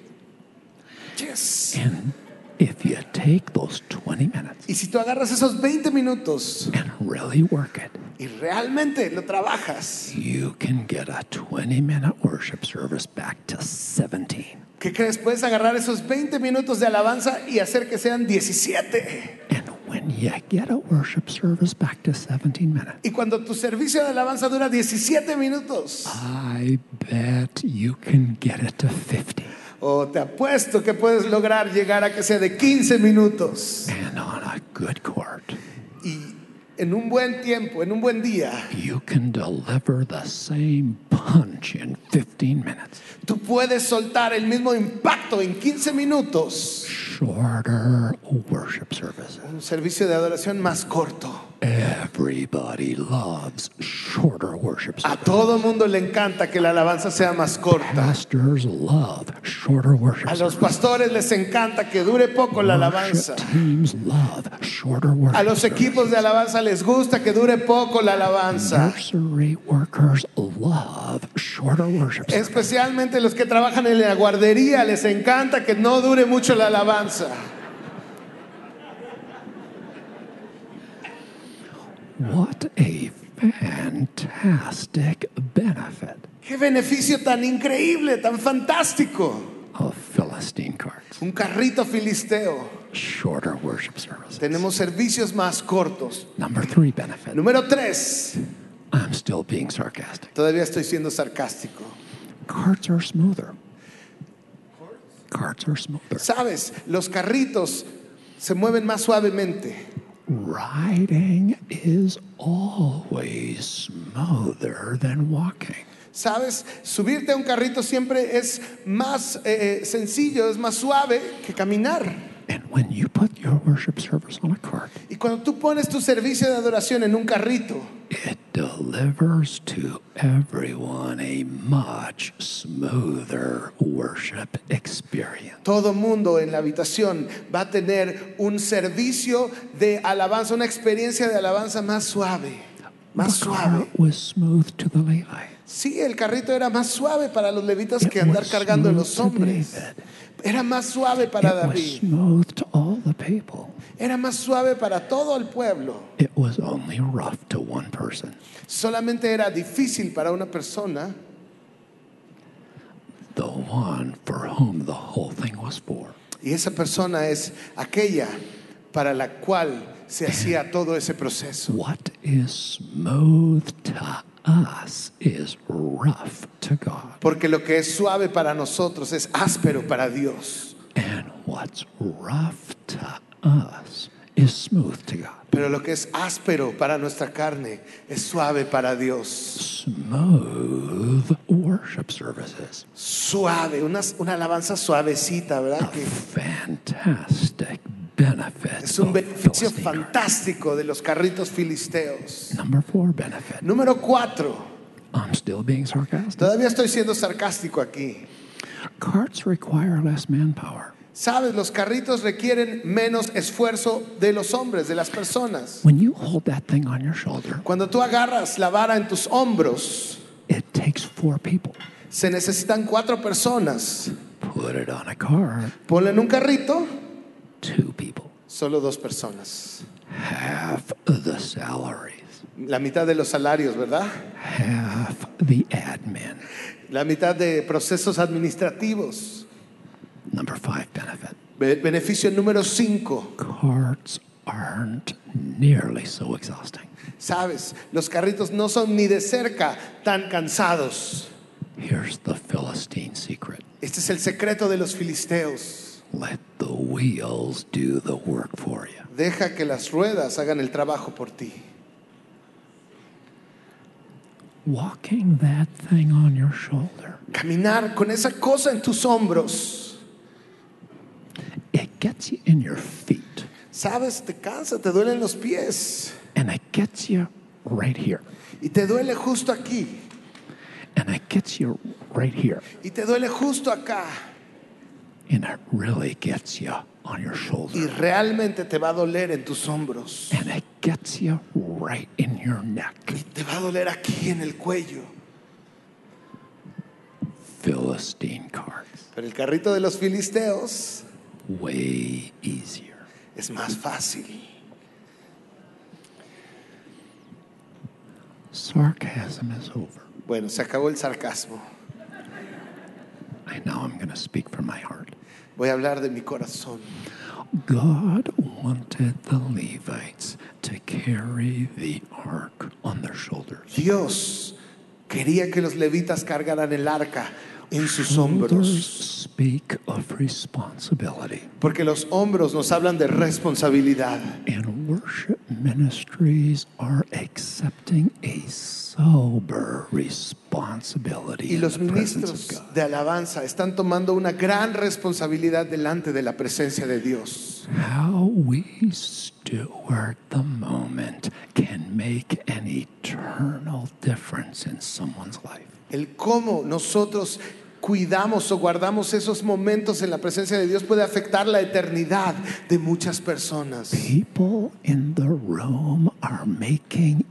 Speaker 2: Yes.
Speaker 1: And if you take those 20 minutes
Speaker 2: Y si tú agarras esos 20 minutos
Speaker 1: and really work it,
Speaker 2: y realmente lo trabajas,
Speaker 1: you can get a 20 minute worship service back to 17.
Speaker 2: ¿qué crees? Puedes agarrar esos 20 minutos de alabanza y hacer que sean 17.
Speaker 1: And when you get a worship service back to 17 minutes,
Speaker 2: Y cuando tu servicio de alabanza dura 17 minutos,
Speaker 1: I bet you can get it to 50.
Speaker 2: o te apuesto que puedes lograr llegar a que sea de 15 minutos.
Speaker 1: And on a good court,
Speaker 2: Y en un buen tiempo, en un buen día,
Speaker 1: you can deliver the same punch in 15 minutes.
Speaker 2: tú puedes soltar el mismo impacto en 15 minutos.
Speaker 1: Shorter worship services.
Speaker 2: Un servicio de adoración más corto.
Speaker 1: Everybody loves shorter worship
Speaker 2: A
Speaker 1: services.
Speaker 2: todo mundo le encanta que la alabanza sea más corta.
Speaker 1: Pastors love shorter worship
Speaker 2: A
Speaker 1: services.
Speaker 2: los pastores les encanta que dure poco la alabanza.
Speaker 1: Worship teams love shorter
Speaker 2: A
Speaker 1: worship
Speaker 2: los equipos de alabanza les gusta que dure poco la alabanza.
Speaker 1: Nursery workers love shorter worship services.
Speaker 2: Especialmente los que trabajan en la guardería les encanta que no dure mucho la alabanza. Eh.
Speaker 1: What a fantastic benefit
Speaker 2: Qué beneficio tan increíble, tan fantástico.
Speaker 1: of Philistine carts.
Speaker 2: Un carrito filisteo.
Speaker 1: Shorter worship services.
Speaker 2: Tenemos servicios más cortos.
Speaker 1: Number three benefit.
Speaker 2: Número tres.
Speaker 1: I'm still being sarcastic.
Speaker 2: Todavía estoy siendo sarcástico.
Speaker 1: Carts are smoother. Carts are smoother.
Speaker 2: Sabes, los carritos se mueven más suavemente.
Speaker 1: riding is always smoother than walking.
Speaker 2: ¿Sabes? Subirte a un carrito siempre es más eh, sencillo, es más suave que caminar.
Speaker 1: And when you put your worship service on a cart,
Speaker 2: Y cuando tú pones tu servicio de adoración en un carrito,
Speaker 1: it delivers to everyone a much smoother worship experience.
Speaker 2: todo mundo en la habitación va a tener un servicio de alabanza, una experiencia de alabanza más suave. Más
Speaker 1: The
Speaker 2: suave.
Speaker 1: cart was smooth to the Levite.
Speaker 2: Sí, el carrito era más suave para los levitas
Speaker 1: It
Speaker 2: que andar
Speaker 1: was
Speaker 2: cargando
Speaker 1: smooth
Speaker 2: los
Speaker 1: to
Speaker 2: hombres.
Speaker 1: David.
Speaker 2: Era más suave para
Speaker 1: It was
Speaker 2: David.
Speaker 1: smooth to all the people.
Speaker 2: Era más suave para todo el pueblo.
Speaker 1: It was only rough to one person.
Speaker 2: Solamente era difícil para una persona,
Speaker 1: the one for whom the whole thing was for.
Speaker 2: y esa persona es aquella para la cual se hacía todo ese proceso.
Speaker 1: What is smooth to us is rough to God,
Speaker 2: Porque lo que es suave para nosotros es áspero para Dios.
Speaker 1: and what's rough to us is smooth to God.
Speaker 2: Pero lo que es áspero para nuestra carne es suave para Dios.
Speaker 1: Smooth worship services
Speaker 2: Suave, una, una alabanza suavecita, ¿verdad?
Speaker 1: a
Speaker 2: Que
Speaker 1: fantastic benefit.
Speaker 2: es un
Speaker 1: of
Speaker 2: beneficio
Speaker 1: Philistine art.
Speaker 2: fantástico de los carritos filisteos.
Speaker 1: Number four benefit.
Speaker 2: Número cuatro.
Speaker 1: I'm still being sarcastic.
Speaker 2: Todavía estoy siendo sarcástico aquí.
Speaker 1: Carts require less manpower.
Speaker 2: Sabes, los carritos requieren menos esfuerzo de los hombres, de las personas.
Speaker 1: When you hold that thing on your shoulder,
Speaker 2: Cuando tú agarras la vara en tus hombros,
Speaker 1: it takes four people.
Speaker 2: se necesitan cuatro personas.
Speaker 1: Put it on a cart,
Speaker 2: Ponle en un carrito,
Speaker 1: two people.
Speaker 2: solo dos personas.
Speaker 1: Half the salaries,
Speaker 2: La mitad de los salarios, ¿verdad?
Speaker 1: half the admin.
Speaker 2: La mitad de procesos administrativos.
Speaker 1: Number five benefit
Speaker 2: Be- Beneficio número cinco.
Speaker 1: carts aren't nearly so exhausting.
Speaker 2: Sabes, los carritos no son ni de cerca tan cansados.
Speaker 1: Here's the Philistine secret
Speaker 2: Este es el secreto de los filisteos.
Speaker 1: let the wheels do the work for you.
Speaker 2: Deja que las ruedas hagan el trabajo por ti.
Speaker 1: Walking that thing on your shoulder,
Speaker 2: Caminar con esa cosa en tus hombros.
Speaker 1: it gets you in your feet
Speaker 2: Sabes, te cansa, te duelen los pies.
Speaker 1: and it gets you right here
Speaker 2: Y te duele justo aquí.
Speaker 1: and it gets you right here.
Speaker 2: Y te duele justo acá.
Speaker 1: and it really gets you on your
Speaker 2: Y
Speaker 1: shoulder
Speaker 2: realmente te va a doler en tus hombros.
Speaker 1: and it gets you right in your neck.
Speaker 2: Te va a doler aquí en el cuello.
Speaker 1: Philistine cards,
Speaker 2: Pero el carrito de los filisteos
Speaker 1: way easier.
Speaker 2: es más fácil.
Speaker 1: Sarcasm is over.
Speaker 2: Bueno, se acabó el sarcasmo.
Speaker 1: I know I'm going to speak from my heart.
Speaker 2: Voy a hablar de mi corazón.
Speaker 1: God wanted the Levites to carry the ark on their shoulders.
Speaker 2: Dios quería que los levitas cargaran el arca en sus hombros.
Speaker 1: Shoulders speak of responsibility.
Speaker 2: Porque los hombros nos hablan de responsabilidad.
Speaker 1: And worship ministries are accepting a sober responsibility
Speaker 2: Y
Speaker 1: in
Speaker 2: los
Speaker 1: the presence
Speaker 2: ministros
Speaker 1: of God.
Speaker 2: de alabanza están tomando una gran responsabilidad delante de la presencia de Dios.
Speaker 1: How we steward the moment can make an eternal difference in someone's life.
Speaker 2: El cómo nosotros cuidamos o guardamos esos momentos en la presencia de Dios puede afectar la eternidad de muchas personas.
Speaker 1: People in the room are making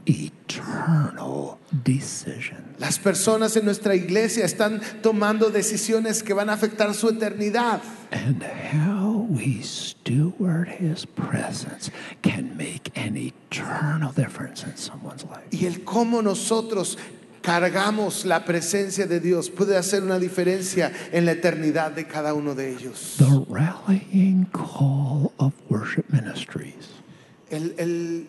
Speaker 1: eternal decisions.
Speaker 2: Las personas en nuestra iglesia están tomando decisiones que van a afectar su eternidad.
Speaker 1: And how we steward his presence can make an eternal difference in someone's life.
Speaker 2: Y el cómo nosotros cargamos la presencia de Dios puede hacer una diferencia en la eternidad de cada uno de ellos.
Speaker 1: The rallying call of worship ministries
Speaker 2: El, el-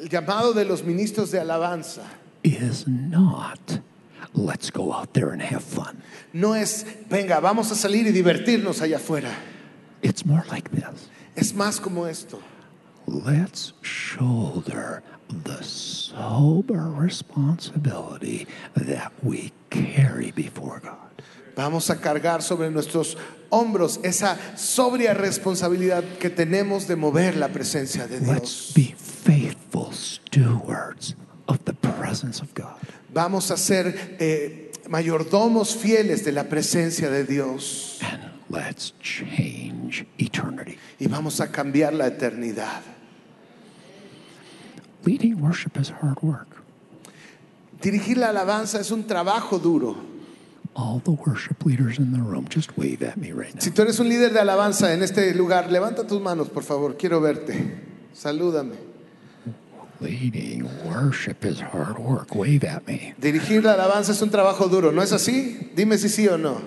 Speaker 2: el llamado de los ministros de alabanza
Speaker 1: is not let's go out there and have fun.
Speaker 2: no es, venga, vamos a salir y divertirnos allá afuera.
Speaker 1: It's more like this
Speaker 2: Es más como esto.
Speaker 1: let's shoulder the sober responsibility that we carry before God.
Speaker 2: Vamos a cargar sobre nuestros hombros esa sobria responsabilidad que tenemos de mover la presencia de
Speaker 1: Let's
Speaker 2: Dios.
Speaker 1: be faithful stewards of the presence of God.
Speaker 2: Vamos a ser eh, mayordomos fieles de la presencia de Dios
Speaker 1: And let's change eternity.
Speaker 2: y vamos a cambiar la eternidad.
Speaker 1: Leading worship is hard work.
Speaker 2: Dirigir la alabanza es un trabajo duro.
Speaker 1: All the worship leaders in the room, just wave at me right now.
Speaker 2: Si tú eres un líder de alabanza en este lugar, levanta tus manos, por favor. Quiero verte. Salúdame.
Speaker 1: Leading worship is hard work. Wave at me.
Speaker 2: Dirigir la alabanza es un trabajo duro, ¿no es así? Dime si sí o no.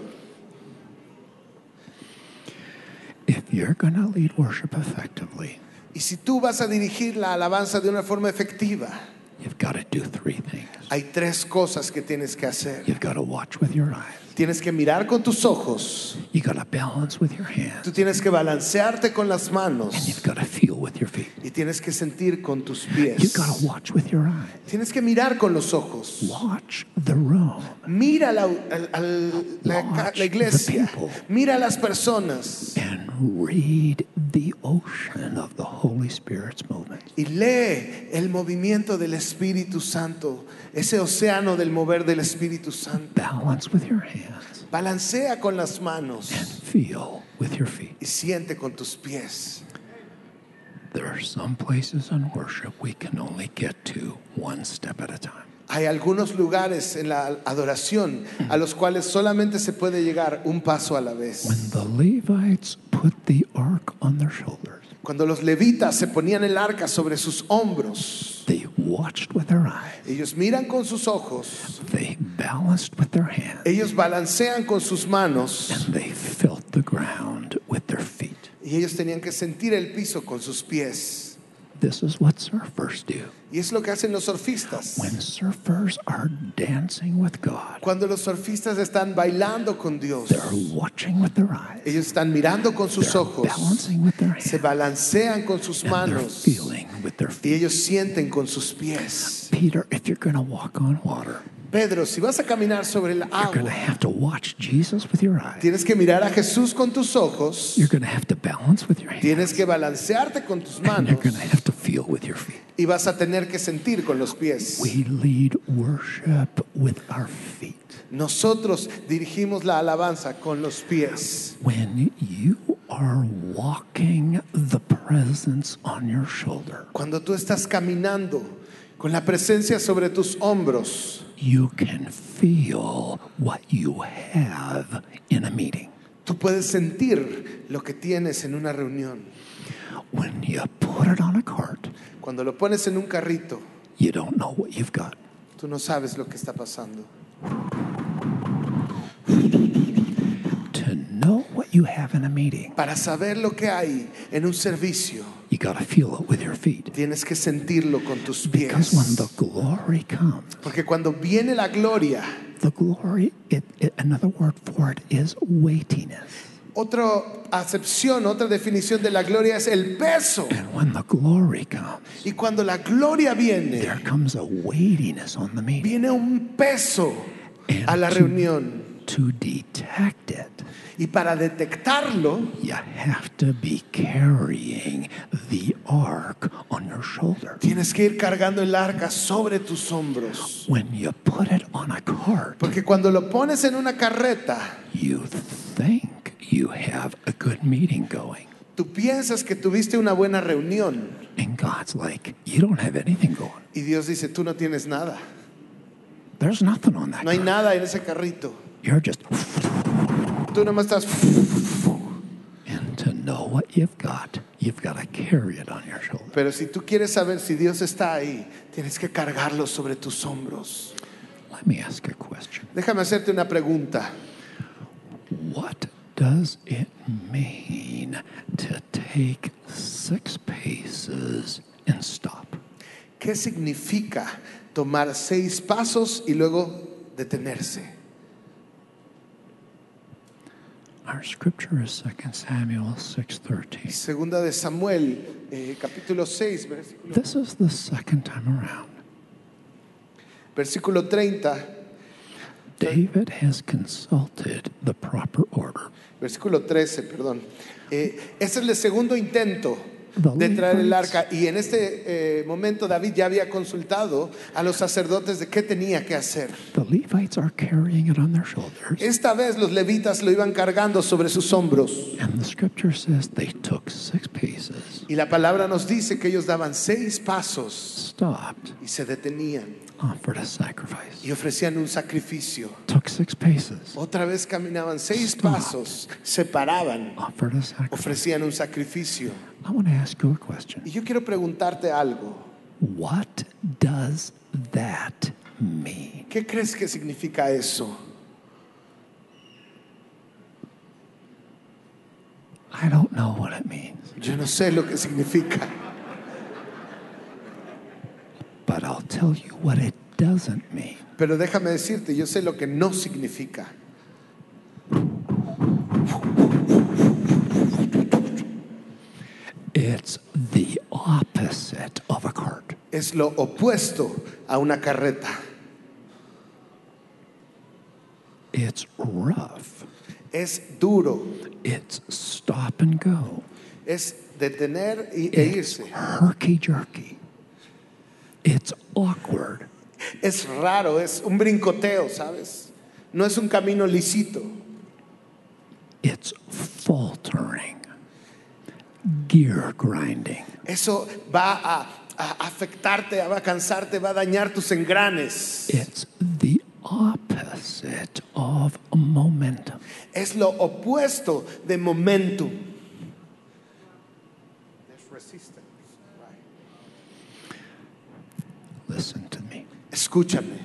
Speaker 1: If you're going to lead worship effectively,
Speaker 2: Y si tú vas a dirigir la alabanza de una forma efectiva,
Speaker 1: you've got to do three things.
Speaker 2: hay tres cosas que tienes que hacer.
Speaker 1: You've got to watch with your eyes.
Speaker 2: Tienes que mirar con tus ojos,
Speaker 1: You got to balance with your hands.
Speaker 2: tú tienes que balancearte con las
Speaker 1: And you've
Speaker 2: manos
Speaker 1: got to feel with your feet.
Speaker 2: y tienes que sentir con tus
Speaker 1: You've
Speaker 2: pies.
Speaker 1: got to watch with your eyes.
Speaker 2: Tienes que mirar con los ojos.
Speaker 1: Watch the room.
Speaker 2: Mira la, al- al- la ca- la iglesia, mira a las personas
Speaker 1: and read the ocean of the Holy Spirit's movement.
Speaker 2: y lee el movimiento del Espíritu Santo, ese océano del mover del Espíritu Santo.
Speaker 1: Balance with your hands,
Speaker 2: Balancea con las manos
Speaker 1: feel with your feet.
Speaker 2: y siente con tus pies.
Speaker 1: There are some places in worship we can only get to one step at a time.
Speaker 2: Hay algunos lugares en la adoración a los cuales solamente se puede llegar un paso a la vez.
Speaker 1: When the Levites put the ark on their shoulders,
Speaker 2: Cuando los levitas se ponían el arca sobre sus hombros,
Speaker 1: they watched with their eyes,
Speaker 2: ellos miran con sus ojos,
Speaker 1: they balanced with their hands,
Speaker 2: ellos balancean con sus manos
Speaker 1: and they felt the ground with their feet.
Speaker 2: y ellos tenían que sentir el piso con sus pies.
Speaker 1: This is what surfers do.
Speaker 2: Y es lo que hacen los surfistas.
Speaker 1: When surfers are dancing with God,
Speaker 2: Cuando los surfistas están bailando con Dios,
Speaker 1: They're watching with their eyes.
Speaker 2: ellos están mirando con sus
Speaker 1: They're
Speaker 2: ojos,
Speaker 1: balancing with their
Speaker 2: se
Speaker 1: hands.
Speaker 2: balancean con sus
Speaker 1: And they're
Speaker 2: manos.
Speaker 1: feeling with their feet.
Speaker 2: Y ellos sienten con sus pies.
Speaker 1: Peter, if you're going to walk on water,
Speaker 2: Pedro, si vas a caminar sobre el
Speaker 1: you're going to
Speaker 2: agua,
Speaker 1: have to watch Jesus with your eyes.
Speaker 2: tienes que mirar a Jesús con tus ojos,
Speaker 1: You're going to have to balance with your hands.
Speaker 2: tienes que balancearte con tus
Speaker 1: And you're
Speaker 2: manos
Speaker 1: going to have to feel with your feet.
Speaker 2: y vas a tener que sentir con los pies.
Speaker 1: We lead worship with our feet.
Speaker 2: Nosotros dirigimos la alabanza con los pies.
Speaker 1: When you are walking the presence on your shoulder,
Speaker 2: Cuando tú estás caminando con la presencia sobre tus hombros,
Speaker 1: you can feel what you have in a meeting.
Speaker 2: tú puedes sentir lo que tienes en una reunión.
Speaker 1: When you put it on a cart,
Speaker 2: Cuando lo pones en un carrito,
Speaker 1: you don't know what you've got.
Speaker 2: tú no sabes lo que está pasando.
Speaker 1: To know what you have in a meeting,
Speaker 2: Para saber lo que hay en un servicio,
Speaker 1: you got to feel it with your feet.
Speaker 2: tienes que sentirlo con tus
Speaker 1: Because when
Speaker 2: pies.
Speaker 1: the glory comes,
Speaker 2: Porque cuando viene la gloria,
Speaker 1: the glory, it, it- another word for it is weightiness.
Speaker 2: otra acepción, otra definición de la gloria es el peso.
Speaker 1: And when the glory comes,
Speaker 2: Y cuando la gloria viene,
Speaker 1: there comes a weightiness on the meeting.
Speaker 2: viene un peso a la reunión.
Speaker 1: To detect it,
Speaker 2: Y para detectarlo,
Speaker 1: you have to be carrying the ark on your shoulder.
Speaker 2: tienes que ir cargando el arca sobre tus hombros.
Speaker 1: When you put it on a cart,
Speaker 2: Porque cuando lo pones en una carreta,
Speaker 1: You think you have a good meeting going.
Speaker 2: tú piensas que tuviste una buena reunión.
Speaker 1: And God's like, you don't have anything going.
Speaker 2: Y Dios dice, tú no tienes nada.
Speaker 1: There's nothing on that.
Speaker 2: No hay
Speaker 1: card.
Speaker 2: nada en ese carrito.
Speaker 1: You're just,
Speaker 2: Tú nomás estás...
Speaker 1: and to know what you've got, you've got to carry it on your shoulder.
Speaker 2: Pero si tú quieres saber si Dios está ahí, tienes que cargarlo sobre tus hombros.
Speaker 1: Let me ask a question.
Speaker 2: Déjame hacerte una pregunta.
Speaker 1: What does it mean to take six paces and stop?
Speaker 2: ¿Qué significa tomar seis pasos y luego detenerse?
Speaker 1: Our scripture is 2 Samuel 6:13.
Speaker 2: Segunda de Samuel, eh, capítulo 6, versículo,
Speaker 1: This is the second time around.
Speaker 2: versículo 30.
Speaker 1: David has consulted the proper order.
Speaker 2: Versículo 13, perdón. Eh, ese es el segundo intento
Speaker 1: The
Speaker 2: de traer el
Speaker 1: Levites.
Speaker 2: arca. Y en este eh, momento David ya había consultado a los sacerdotes de qué tenía que hacer.
Speaker 1: The Levites are carrying it on their shoulders,
Speaker 2: Esta vez los levitas lo iban cargando sobre sus hombros.
Speaker 1: and the scripture says they took six paces,
Speaker 2: Y la palabra nos dice que ellos daban seis pasos
Speaker 1: stopped,
Speaker 2: y se detenían
Speaker 1: offered a sacrifice.
Speaker 2: y ofrecían un sacrificio.
Speaker 1: Took six paces,
Speaker 2: Otra vez caminaban seis
Speaker 1: Stop.
Speaker 2: pasos, se paraban,
Speaker 1: offered a sacrifice.
Speaker 2: ofrecían un sacrificio.
Speaker 1: I want to ask you a question.
Speaker 2: Y yo quiero preguntarte algo.
Speaker 1: What does that mean?
Speaker 2: ¿Qué crees que significa eso?
Speaker 1: I don't know what it means,
Speaker 2: Yo no sé lo que significa.
Speaker 1: but I'll tell you what it doesn't mean.
Speaker 2: Pero déjame decirte, yo sé lo que no significa.
Speaker 1: It's the opposite of a cart.
Speaker 2: Es lo opuesto a una carreta.
Speaker 1: It's rough.
Speaker 2: Es duro.
Speaker 1: It's stop and go.
Speaker 2: Es detener y- e
Speaker 1: It's
Speaker 2: irse.
Speaker 1: herky jerky. It's awkward.
Speaker 2: Es raro, es un brincoteo, ¿sabes? No es un camino lícito.
Speaker 1: It's faltering. Gear grinding.
Speaker 2: Eso va a, a afectarte, va a cansarte, va a dañar tus engranes.
Speaker 1: It's the opposite of momentum.
Speaker 2: Es lo opuesto de momentum.
Speaker 1: Listen to me.
Speaker 2: Escúchame.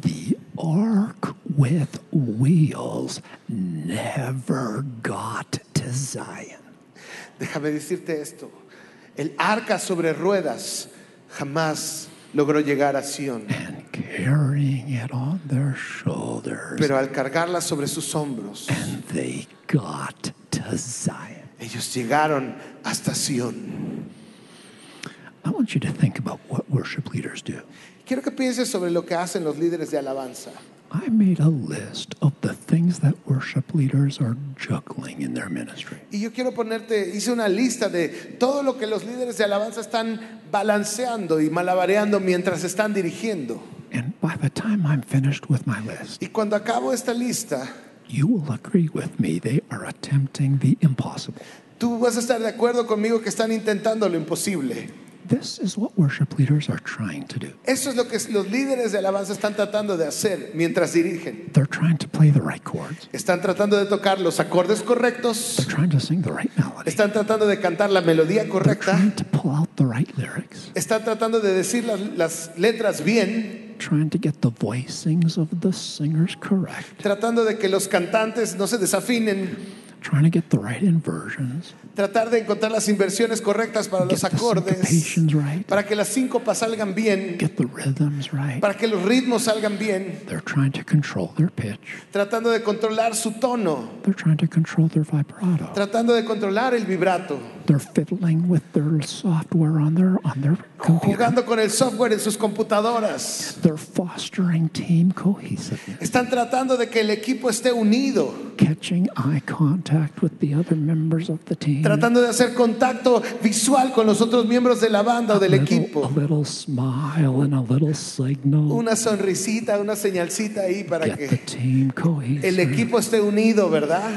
Speaker 1: The ark with wheels never got to Zion.
Speaker 2: Déjame decirte esto. El arca sobre ruedas jamás logró llegar a Sion,
Speaker 1: And carrying it on their shoulders,
Speaker 2: pero al cargarla sobre sus hombros,
Speaker 1: and they got to Zion.
Speaker 2: ellos llegaron hasta Sion.
Speaker 1: I want you to think about what worship leaders do.
Speaker 2: Quiero que pienses sobre lo que hacen los líderes de alabanza.
Speaker 1: I made a list of the things that worship leaders are juggling in their ministry.
Speaker 2: Y yo quiero ponerte, hice una lista de todo lo que los líderes de alabanza están balanceando y malabareando mientras están dirigiendo.
Speaker 1: And by the time I'm finished with my list,
Speaker 2: Y cuando acabo esta lista,
Speaker 1: you will agree with me they are attempting the impossible.
Speaker 2: tú vas a estar de acuerdo conmigo que están intentando lo imposible.
Speaker 1: This is what worship leaders are trying to do.
Speaker 2: Eso es lo que los líderes de alabanza están tratando de hacer mientras dirigen.
Speaker 1: They're trying to play the right chords.
Speaker 2: Están tratando de tocar los acordes correctos,
Speaker 1: They're trying to sing the right melody.
Speaker 2: están tratando de cantar la melodía
Speaker 1: They're
Speaker 2: correcta,
Speaker 1: trying to pull out the right lyrics.
Speaker 2: están tratando de decir las, las letras bien,
Speaker 1: Trying to get the voicings of the singers correct.
Speaker 2: tratando de que los cantantes no se desafinen,
Speaker 1: Trying to get the right inversions.
Speaker 2: tratar de encontrar las inversiones correctas para los
Speaker 1: Get the
Speaker 2: acordes,
Speaker 1: syncopations right.
Speaker 2: para que las síncopas salgan bien,
Speaker 1: Get the rhythms right.
Speaker 2: para que los ritmos salgan bien,
Speaker 1: They're trying to control their pitch.
Speaker 2: tratando de controlar su tono,
Speaker 1: They're trying to control their vibrato.
Speaker 2: tratando de controlar el vibrato,
Speaker 1: They're fiddling with their software on their on their computer.
Speaker 2: jugando con el software en sus computadoras.
Speaker 1: They're fostering team cohesiveness.
Speaker 2: Están tratando de que el equipo esté unido,
Speaker 1: Catching eye contact with the other members of the team.
Speaker 2: tratando de hacer contacto visual con los otros miembros de la banda o del
Speaker 1: little, a
Speaker 2: equipo.
Speaker 1: little smile and a little signal.
Speaker 2: Una sonrisita, una señalcita ahí para
Speaker 1: Get the
Speaker 2: que
Speaker 1: team
Speaker 2: el
Speaker 1: cohesive.
Speaker 2: equipo esté unido, ¿verdad?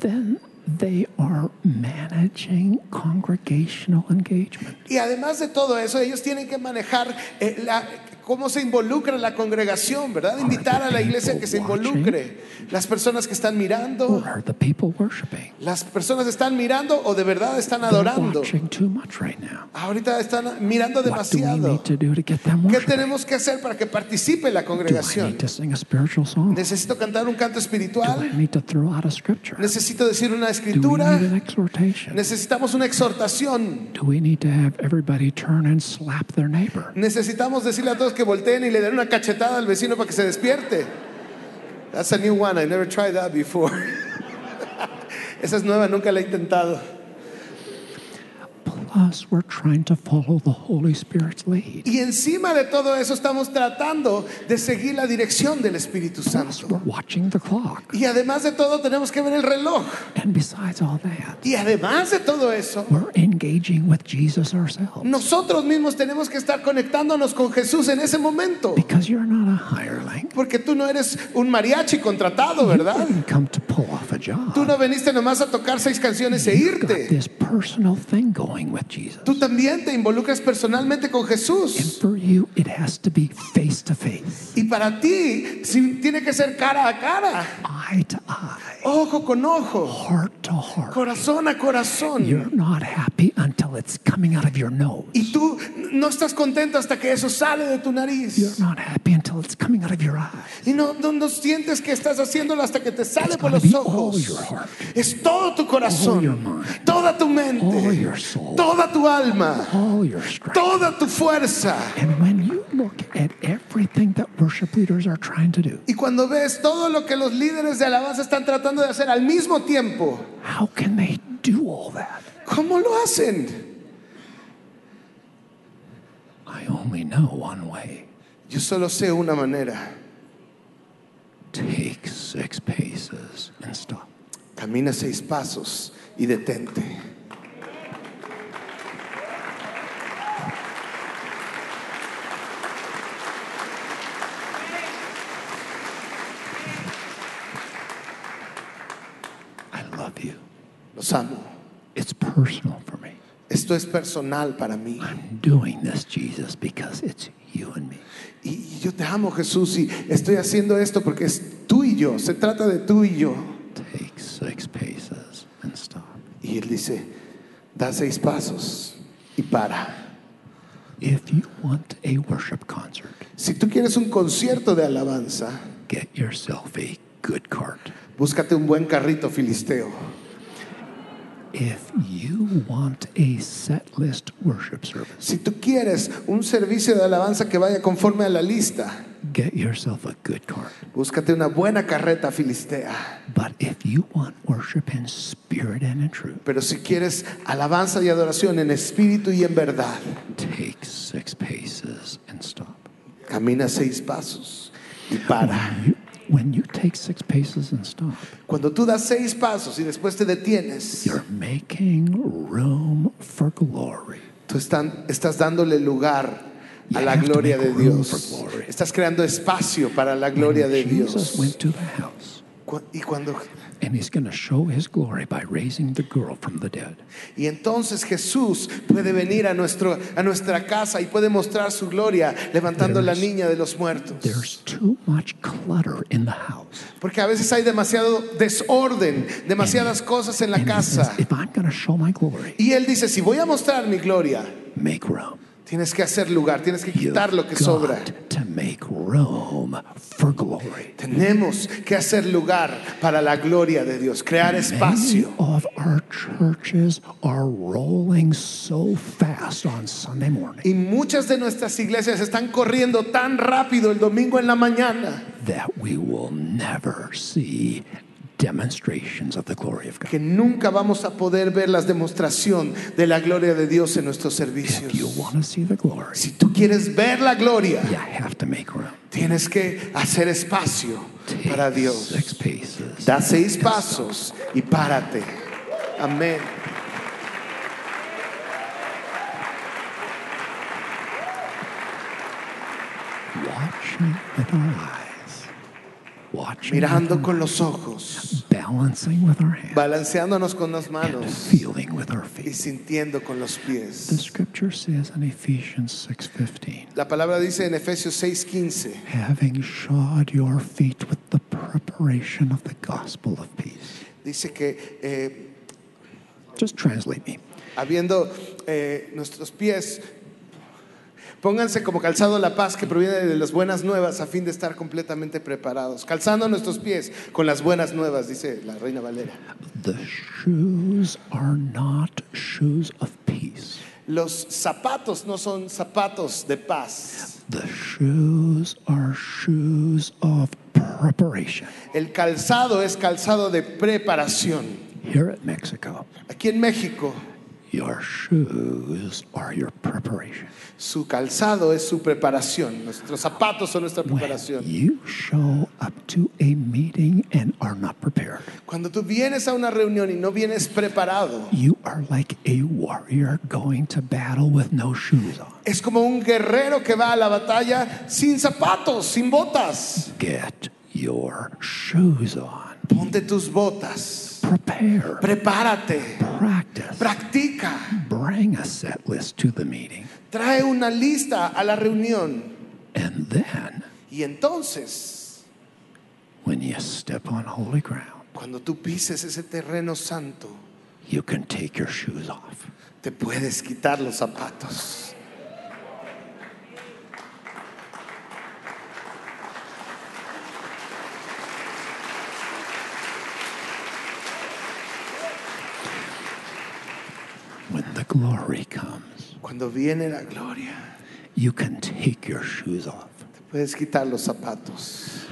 Speaker 1: Then they are managing congregational engagement.
Speaker 2: Y además de todo eso, ellos tienen que manejar eh, la- cómo se involucra la congregación, ¿verdad? Invitar a la iglesia que se involucre. Las personas que están
Speaker 1: Or
Speaker 2: mirando,
Speaker 1: are the people worshiping?
Speaker 2: las personas están mirando o de verdad están
Speaker 1: They're
Speaker 2: adorando.
Speaker 1: watching too much right now.
Speaker 2: Ahorita están mirando
Speaker 1: What do we
Speaker 2: demasiado.
Speaker 1: need to do to get them
Speaker 2: ¿Qué
Speaker 1: worshiping?
Speaker 2: tenemos que hacer para que participe la
Speaker 1: Do I
Speaker 2: congregación?
Speaker 1: need to sing a spiritual song? Do
Speaker 2: Necesito cantar un canto
Speaker 1: I
Speaker 2: espiritual,
Speaker 1: need to throw out a scripture?
Speaker 2: necesito decir
Speaker 1: Do
Speaker 2: una
Speaker 1: we need
Speaker 2: escritura,
Speaker 1: an exhortation?
Speaker 2: necesitamos una exhortación,
Speaker 1: Do we need to have everybody turn and slap their neighbor?
Speaker 2: necesitamos decirle a todos que volteen y le den una cachetada al vecino para que se despierte. That's a new one, I never tried that before. Esa es nueva, nunca la he intentado.
Speaker 1: Plus, we're trying to follow the Holy Spirit's lead.
Speaker 2: Y encima de todo eso estamos tratando de seguir la dirección del Espíritu
Speaker 1: Plus,
Speaker 2: Santo.
Speaker 1: we're watching the clock.
Speaker 2: Y además de todo tenemos que ver el reloj.
Speaker 1: And besides all that,
Speaker 2: Y además de todo eso,
Speaker 1: we're engaging with Jesus ourselves.
Speaker 2: nosotros mismos tenemos que estar conectándonos con Jesús en ese momento.
Speaker 1: Because you're not a hireling.
Speaker 2: Porque tú no eres un mariachi contratado,
Speaker 1: You
Speaker 2: ¿verdad?
Speaker 1: didn't come to pull off a
Speaker 2: Tú
Speaker 1: job.
Speaker 2: no veniste nomás a tocar seis canciones e
Speaker 1: You've got
Speaker 2: irte.
Speaker 1: this personal thing going with Jesus.
Speaker 2: Tú también te involucras personalmente con
Speaker 1: And
Speaker 2: Jesús.
Speaker 1: for you, it has to be face to face,
Speaker 2: Y para ti sí, tiene que ser cara a cara,
Speaker 1: eye to eye,
Speaker 2: ojo con ojo,
Speaker 1: heart to heart.
Speaker 2: corazón a corazón.
Speaker 1: You're not happy until it's coming out of your nose.
Speaker 2: Y tú no estás contento hasta que eso sale de tu
Speaker 1: You're
Speaker 2: nariz.
Speaker 1: not happy until it's coming out of your eyes.
Speaker 2: Y no, no, no sientes que estás haciéndolo hasta que te sale
Speaker 1: It's
Speaker 2: por
Speaker 1: gotta
Speaker 2: los
Speaker 1: be all
Speaker 2: ojos.
Speaker 1: your heart,
Speaker 2: Es todo tu
Speaker 1: All your
Speaker 2: corazón,
Speaker 1: mind.
Speaker 2: toda tu
Speaker 1: all
Speaker 2: mente,
Speaker 1: your soul,
Speaker 2: toda tu alma,
Speaker 1: all your strength.
Speaker 2: toda tu fuerza.
Speaker 1: And when you look at everything that worship leaders are trying to do,
Speaker 2: Y cuando ves todo lo que los líderes de alabanza están tratando de hacer al mismo tiempo,
Speaker 1: how can they do all that?
Speaker 2: ¿cómo lo hacen?
Speaker 1: I only know one way.
Speaker 2: Yo solo sé una manera.
Speaker 1: Take six paces and stop.
Speaker 2: Camina seis pasos y detente.
Speaker 1: I love you.
Speaker 2: Los amo.
Speaker 1: It's personal for me.
Speaker 2: Esto es personal para mí.
Speaker 1: I'm doing this, Jesus, because it's you and me.
Speaker 2: Y- Y yo te amo, Jesús, y estoy haciendo esto porque es tú y yo. Se trata de tú y yo.
Speaker 1: Take six paces and stop.
Speaker 2: Y él dice, da seis pasos y para.
Speaker 1: If you want a worship concert,
Speaker 2: Si tú quieres un concierto de alabanza,
Speaker 1: get yourself a good cart.
Speaker 2: búscate un buen carrito filisteo.
Speaker 1: If you want a set list worship service,
Speaker 2: Si tú quieres un servicio de alabanza que vaya conforme a la lista,
Speaker 1: get yourself a good cart.
Speaker 2: búscate una buena carreta filistea.
Speaker 1: But if you want worship in spirit and in truth,
Speaker 2: Pero si quieres alabanza y adoración en espíritu y en verdad,
Speaker 1: take six paces and stop.
Speaker 2: camina seis pasos y para.
Speaker 1: You, when you take six paces and stop,
Speaker 2: Cuando tú das seis pasos y después te detienes,
Speaker 1: you're making room for glory.
Speaker 2: tú están- estás dándole lugar a
Speaker 1: You
Speaker 2: la
Speaker 1: have to
Speaker 2: gloria
Speaker 1: make
Speaker 2: de
Speaker 1: room
Speaker 2: Dios.
Speaker 1: for glory.
Speaker 2: Estás creando espacio para la gloria de
Speaker 1: Jesus
Speaker 2: Dios.
Speaker 1: went to the house.
Speaker 2: Cu- Y cuando
Speaker 1: And he's going to show his glory by raising the girl from the dead.
Speaker 2: Y entonces Jesús puede venir a, nuestro, a nuestra casa y puede mostrar su gloria levantando a la niña de los muertos.
Speaker 1: There's too much clutter in the house.
Speaker 2: Porque a veces hay demasiado desorden, demasiadas cosas en la
Speaker 1: And he says,
Speaker 2: casa.
Speaker 1: if I'm going to show my glory,
Speaker 2: Y él dice, si voy a mostrar mi gloria,
Speaker 1: make room.
Speaker 2: tienes que hacer lugar, tienes que
Speaker 1: You've
Speaker 2: quitar lo que sobra.
Speaker 1: got to make room for glory.
Speaker 2: Tenemos que hacer lugar para la gloria de Dios, crear
Speaker 1: Many
Speaker 2: espacio.
Speaker 1: of our churches are rolling so fast on Sunday morning
Speaker 2: Y muchas de nuestras iglesias están corriendo tan rápido el domingo en la mañana.
Speaker 1: that we will never see demonstrations of the glory of God.
Speaker 2: que nunca vamos a poder ver la demostración de la gloria de Dios en nuestros
Speaker 1: If you
Speaker 2: servicios.
Speaker 1: want to see the glory,
Speaker 2: Si tú quieres ver la gloria,
Speaker 1: you have to make room.
Speaker 2: tienes que hacer espacio
Speaker 1: Take
Speaker 2: para Dios.
Speaker 1: six paces.
Speaker 2: Da seis pasos y párate. Amén.
Speaker 1: Watching with our eyes, watching,
Speaker 2: Mirando con los ojos,
Speaker 1: balancing with our hands,
Speaker 2: balanceándonos con las
Speaker 1: and
Speaker 2: manos
Speaker 1: feeling with our
Speaker 2: y
Speaker 1: feet.
Speaker 2: sintiendo con los
Speaker 1: The
Speaker 2: pies.
Speaker 1: scripture says in Ephesians 6:15,
Speaker 2: La palabra dice en Efesios 6:15,
Speaker 1: having shod your feet with the preparation of the gospel of peace.
Speaker 2: dice que eh,
Speaker 1: Just translate me.
Speaker 2: habiendo eh, nuestros pies. Pónganse como calzado la paz que proviene de las buenas nuevas a fin de estar completamente preparados. Calzando nuestros pies con las buenas nuevas, dice la reina Valera.
Speaker 1: The shoes are not shoes of peace.
Speaker 2: Los zapatos no son zapatos de paz.
Speaker 1: The shoes are shoes of preparation.
Speaker 2: El calzado es calzado de preparación.
Speaker 1: Here at Mexico,
Speaker 2: Aquí en México,
Speaker 1: your shoes are your preparation.
Speaker 2: su calzado es su preparación, nuestros zapatos son nuestra
Speaker 1: When
Speaker 2: preparación.
Speaker 1: you show up to a meeting and are not prepared,
Speaker 2: Cuando tú vienes a una reunión y no vienes preparado,
Speaker 1: you are like a warrior going to battle with no shoes on.
Speaker 2: es como un guerrero que va a la batalla sin zapatos, sin botas.
Speaker 1: Get your shoes on.
Speaker 2: Ponte tus botas,
Speaker 1: Prepare.
Speaker 2: prepárate,
Speaker 1: Practice.
Speaker 2: practica,
Speaker 1: Bring a set list to the meeting.
Speaker 2: trae una lista a la reunión
Speaker 1: And then,
Speaker 2: y entonces,
Speaker 1: when you step on holy ground,
Speaker 2: cuando tú pises ese terreno santo,
Speaker 1: you can take your shoes off.
Speaker 2: te puedes quitar los zapatos.
Speaker 1: When the glory comes,
Speaker 2: Cuando viene la gloria,
Speaker 1: you can take your shoes off.
Speaker 2: te puedes quitar los zapatos.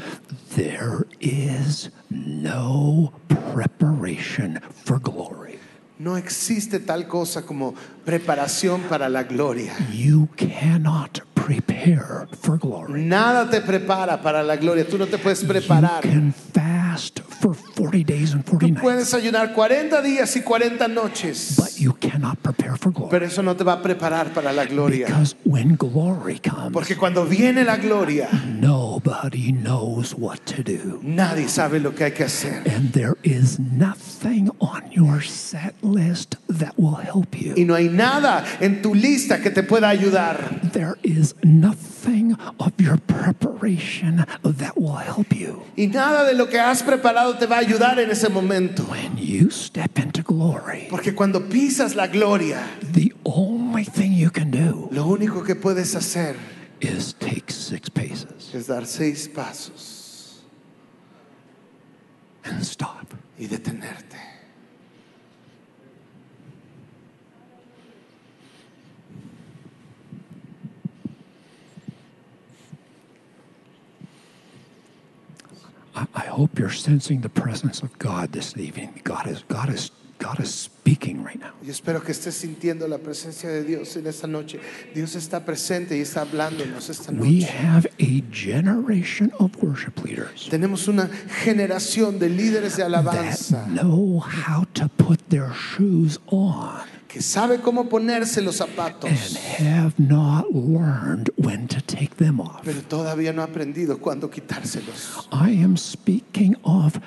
Speaker 1: There is no preparation for glory.
Speaker 2: No existe tal cosa como preparación para la gloria.
Speaker 1: You cannot prepare for glory.
Speaker 2: Nada te prepara para la gloria. Tú no te puedes
Speaker 1: You
Speaker 2: preparar.
Speaker 1: can fast for 40 days and 40
Speaker 2: Tú
Speaker 1: nights,
Speaker 2: puedes ayunar 40 días y 40 noches,
Speaker 1: but you cannot prepare for glory.
Speaker 2: pero eso no te va a preparar para la gloria.
Speaker 1: Because when glory comes,
Speaker 2: Porque cuando viene la gloria,
Speaker 1: nobody knows what to do.
Speaker 2: nadie sabe lo que hay que hacer.
Speaker 1: And there is nothing on your set list that will help you.
Speaker 2: Y no hay nada en tu lista que te pueda ayudar.
Speaker 1: There is nothing of your preparation that will help you.
Speaker 2: Y nada de lo que has preparado te va a ayudar en ese momento.
Speaker 1: When you step into glory,
Speaker 2: Porque cuando pisas la gloria,
Speaker 1: the only thing you can do
Speaker 2: lo único que puedes hacer
Speaker 1: is take six paces
Speaker 2: es dar seis pasos
Speaker 1: and stop.
Speaker 2: y detenerte.
Speaker 1: I, I hope you're sensing the presence of God this evening. God is God is God is speaking right now.
Speaker 2: Yo espero que estés sintiendo la presencia de Dios en esta noche. Dios está presente y está hablándonos esta
Speaker 1: We
Speaker 2: noche.
Speaker 1: have a generation of worship leaders
Speaker 2: Tenemos una generación de líderes de
Speaker 1: that
Speaker 2: alabanza
Speaker 1: know how to put their shoes on
Speaker 2: que sabe cómo ponerse los zapatos,
Speaker 1: and have not learned when to take them off.
Speaker 2: pero todavía no ha aprendido cuándo quitárselos.
Speaker 1: I am speaking of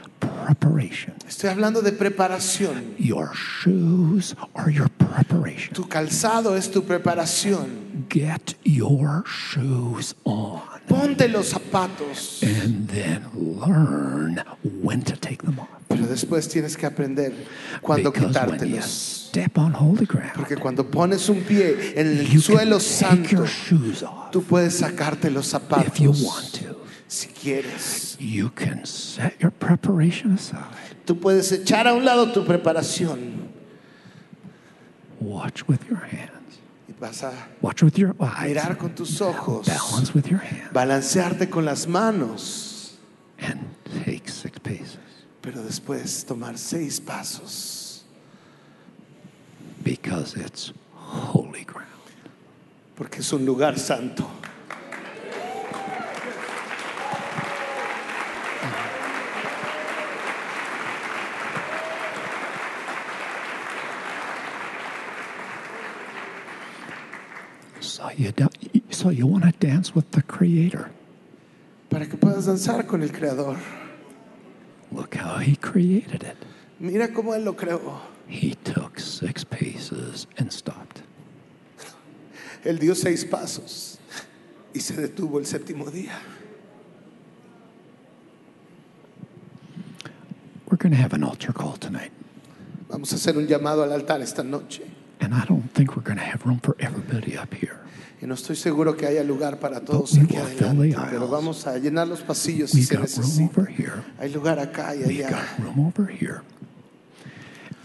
Speaker 1: preparation.
Speaker 2: Estoy hablando de preparación.
Speaker 1: Your shoes are your preparation.
Speaker 2: Tu calzado es tu preparación.
Speaker 1: Get your shoes on
Speaker 2: Ponte los zapatos,
Speaker 1: and then learn when to take them off.
Speaker 2: pero después tienes que aprender cuándo
Speaker 1: because when you
Speaker 2: quitártelos.
Speaker 1: step on holy ground,
Speaker 2: Porque cuando pones un pie en el
Speaker 1: you
Speaker 2: suelo
Speaker 1: can take
Speaker 2: santo,
Speaker 1: your shoes off
Speaker 2: Tú puedes sacarte los zapatos
Speaker 1: if you want to.
Speaker 2: si quieres.
Speaker 1: You can set your preparation aside.
Speaker 2: Tú puedes echar a un lado tu preparación
Speaker 1: Watch with your hands.
Speaker 2: y vas a
Speaker 1: Watch with your eyes.
Speaker 2: mirar con tus ojos,
Speaker 1: Balance with your hands.
Speaker 2: balancearte con las manos,
Speaker 1: And take six paces.
Speaker 2: pero después tomar seis pasos,
Speaker 1: Because it's holy ground.
Speaker 2: porque es un lugar santo.
Speaker 1: So you, do, so you want to dance with the Creator.
Speaker 2: Para que puedas danzar con el Creador.
Speaker 1: Look how He created it.
Speaker 2: Mira cómo Él lo creó.
Speaker 1: He took six paces and stopped.
Speaker 2: Él dio seis pasos y se detuvo el séptimo día.
Speaker 1: We're going to have an altar call tonight.
Speaker 2: Vamos a hacer un llamado al altar esta noche.
Speaker 1: And I don't think we're going to have room for everybody up here.
Speaker 2: Y no estoy seguro que haya lugar para todos
Speaker 1: we
Speaker 2: aquí
Speaker 1: will fill
Speaker 2: adelante,
Speaker 1: the aisles.
Speaker 2: pero vamos a llenar los pasillos si
Speaker 1: We've
Speaker 2: se
Speaker 1: got room
Speaker 2: necesita.
Speaker 1: over here.
Speaker 2: Hay lugar acá y
Speaker 1: We've
Speaker 2: allá.
Speaker 1: got room over here.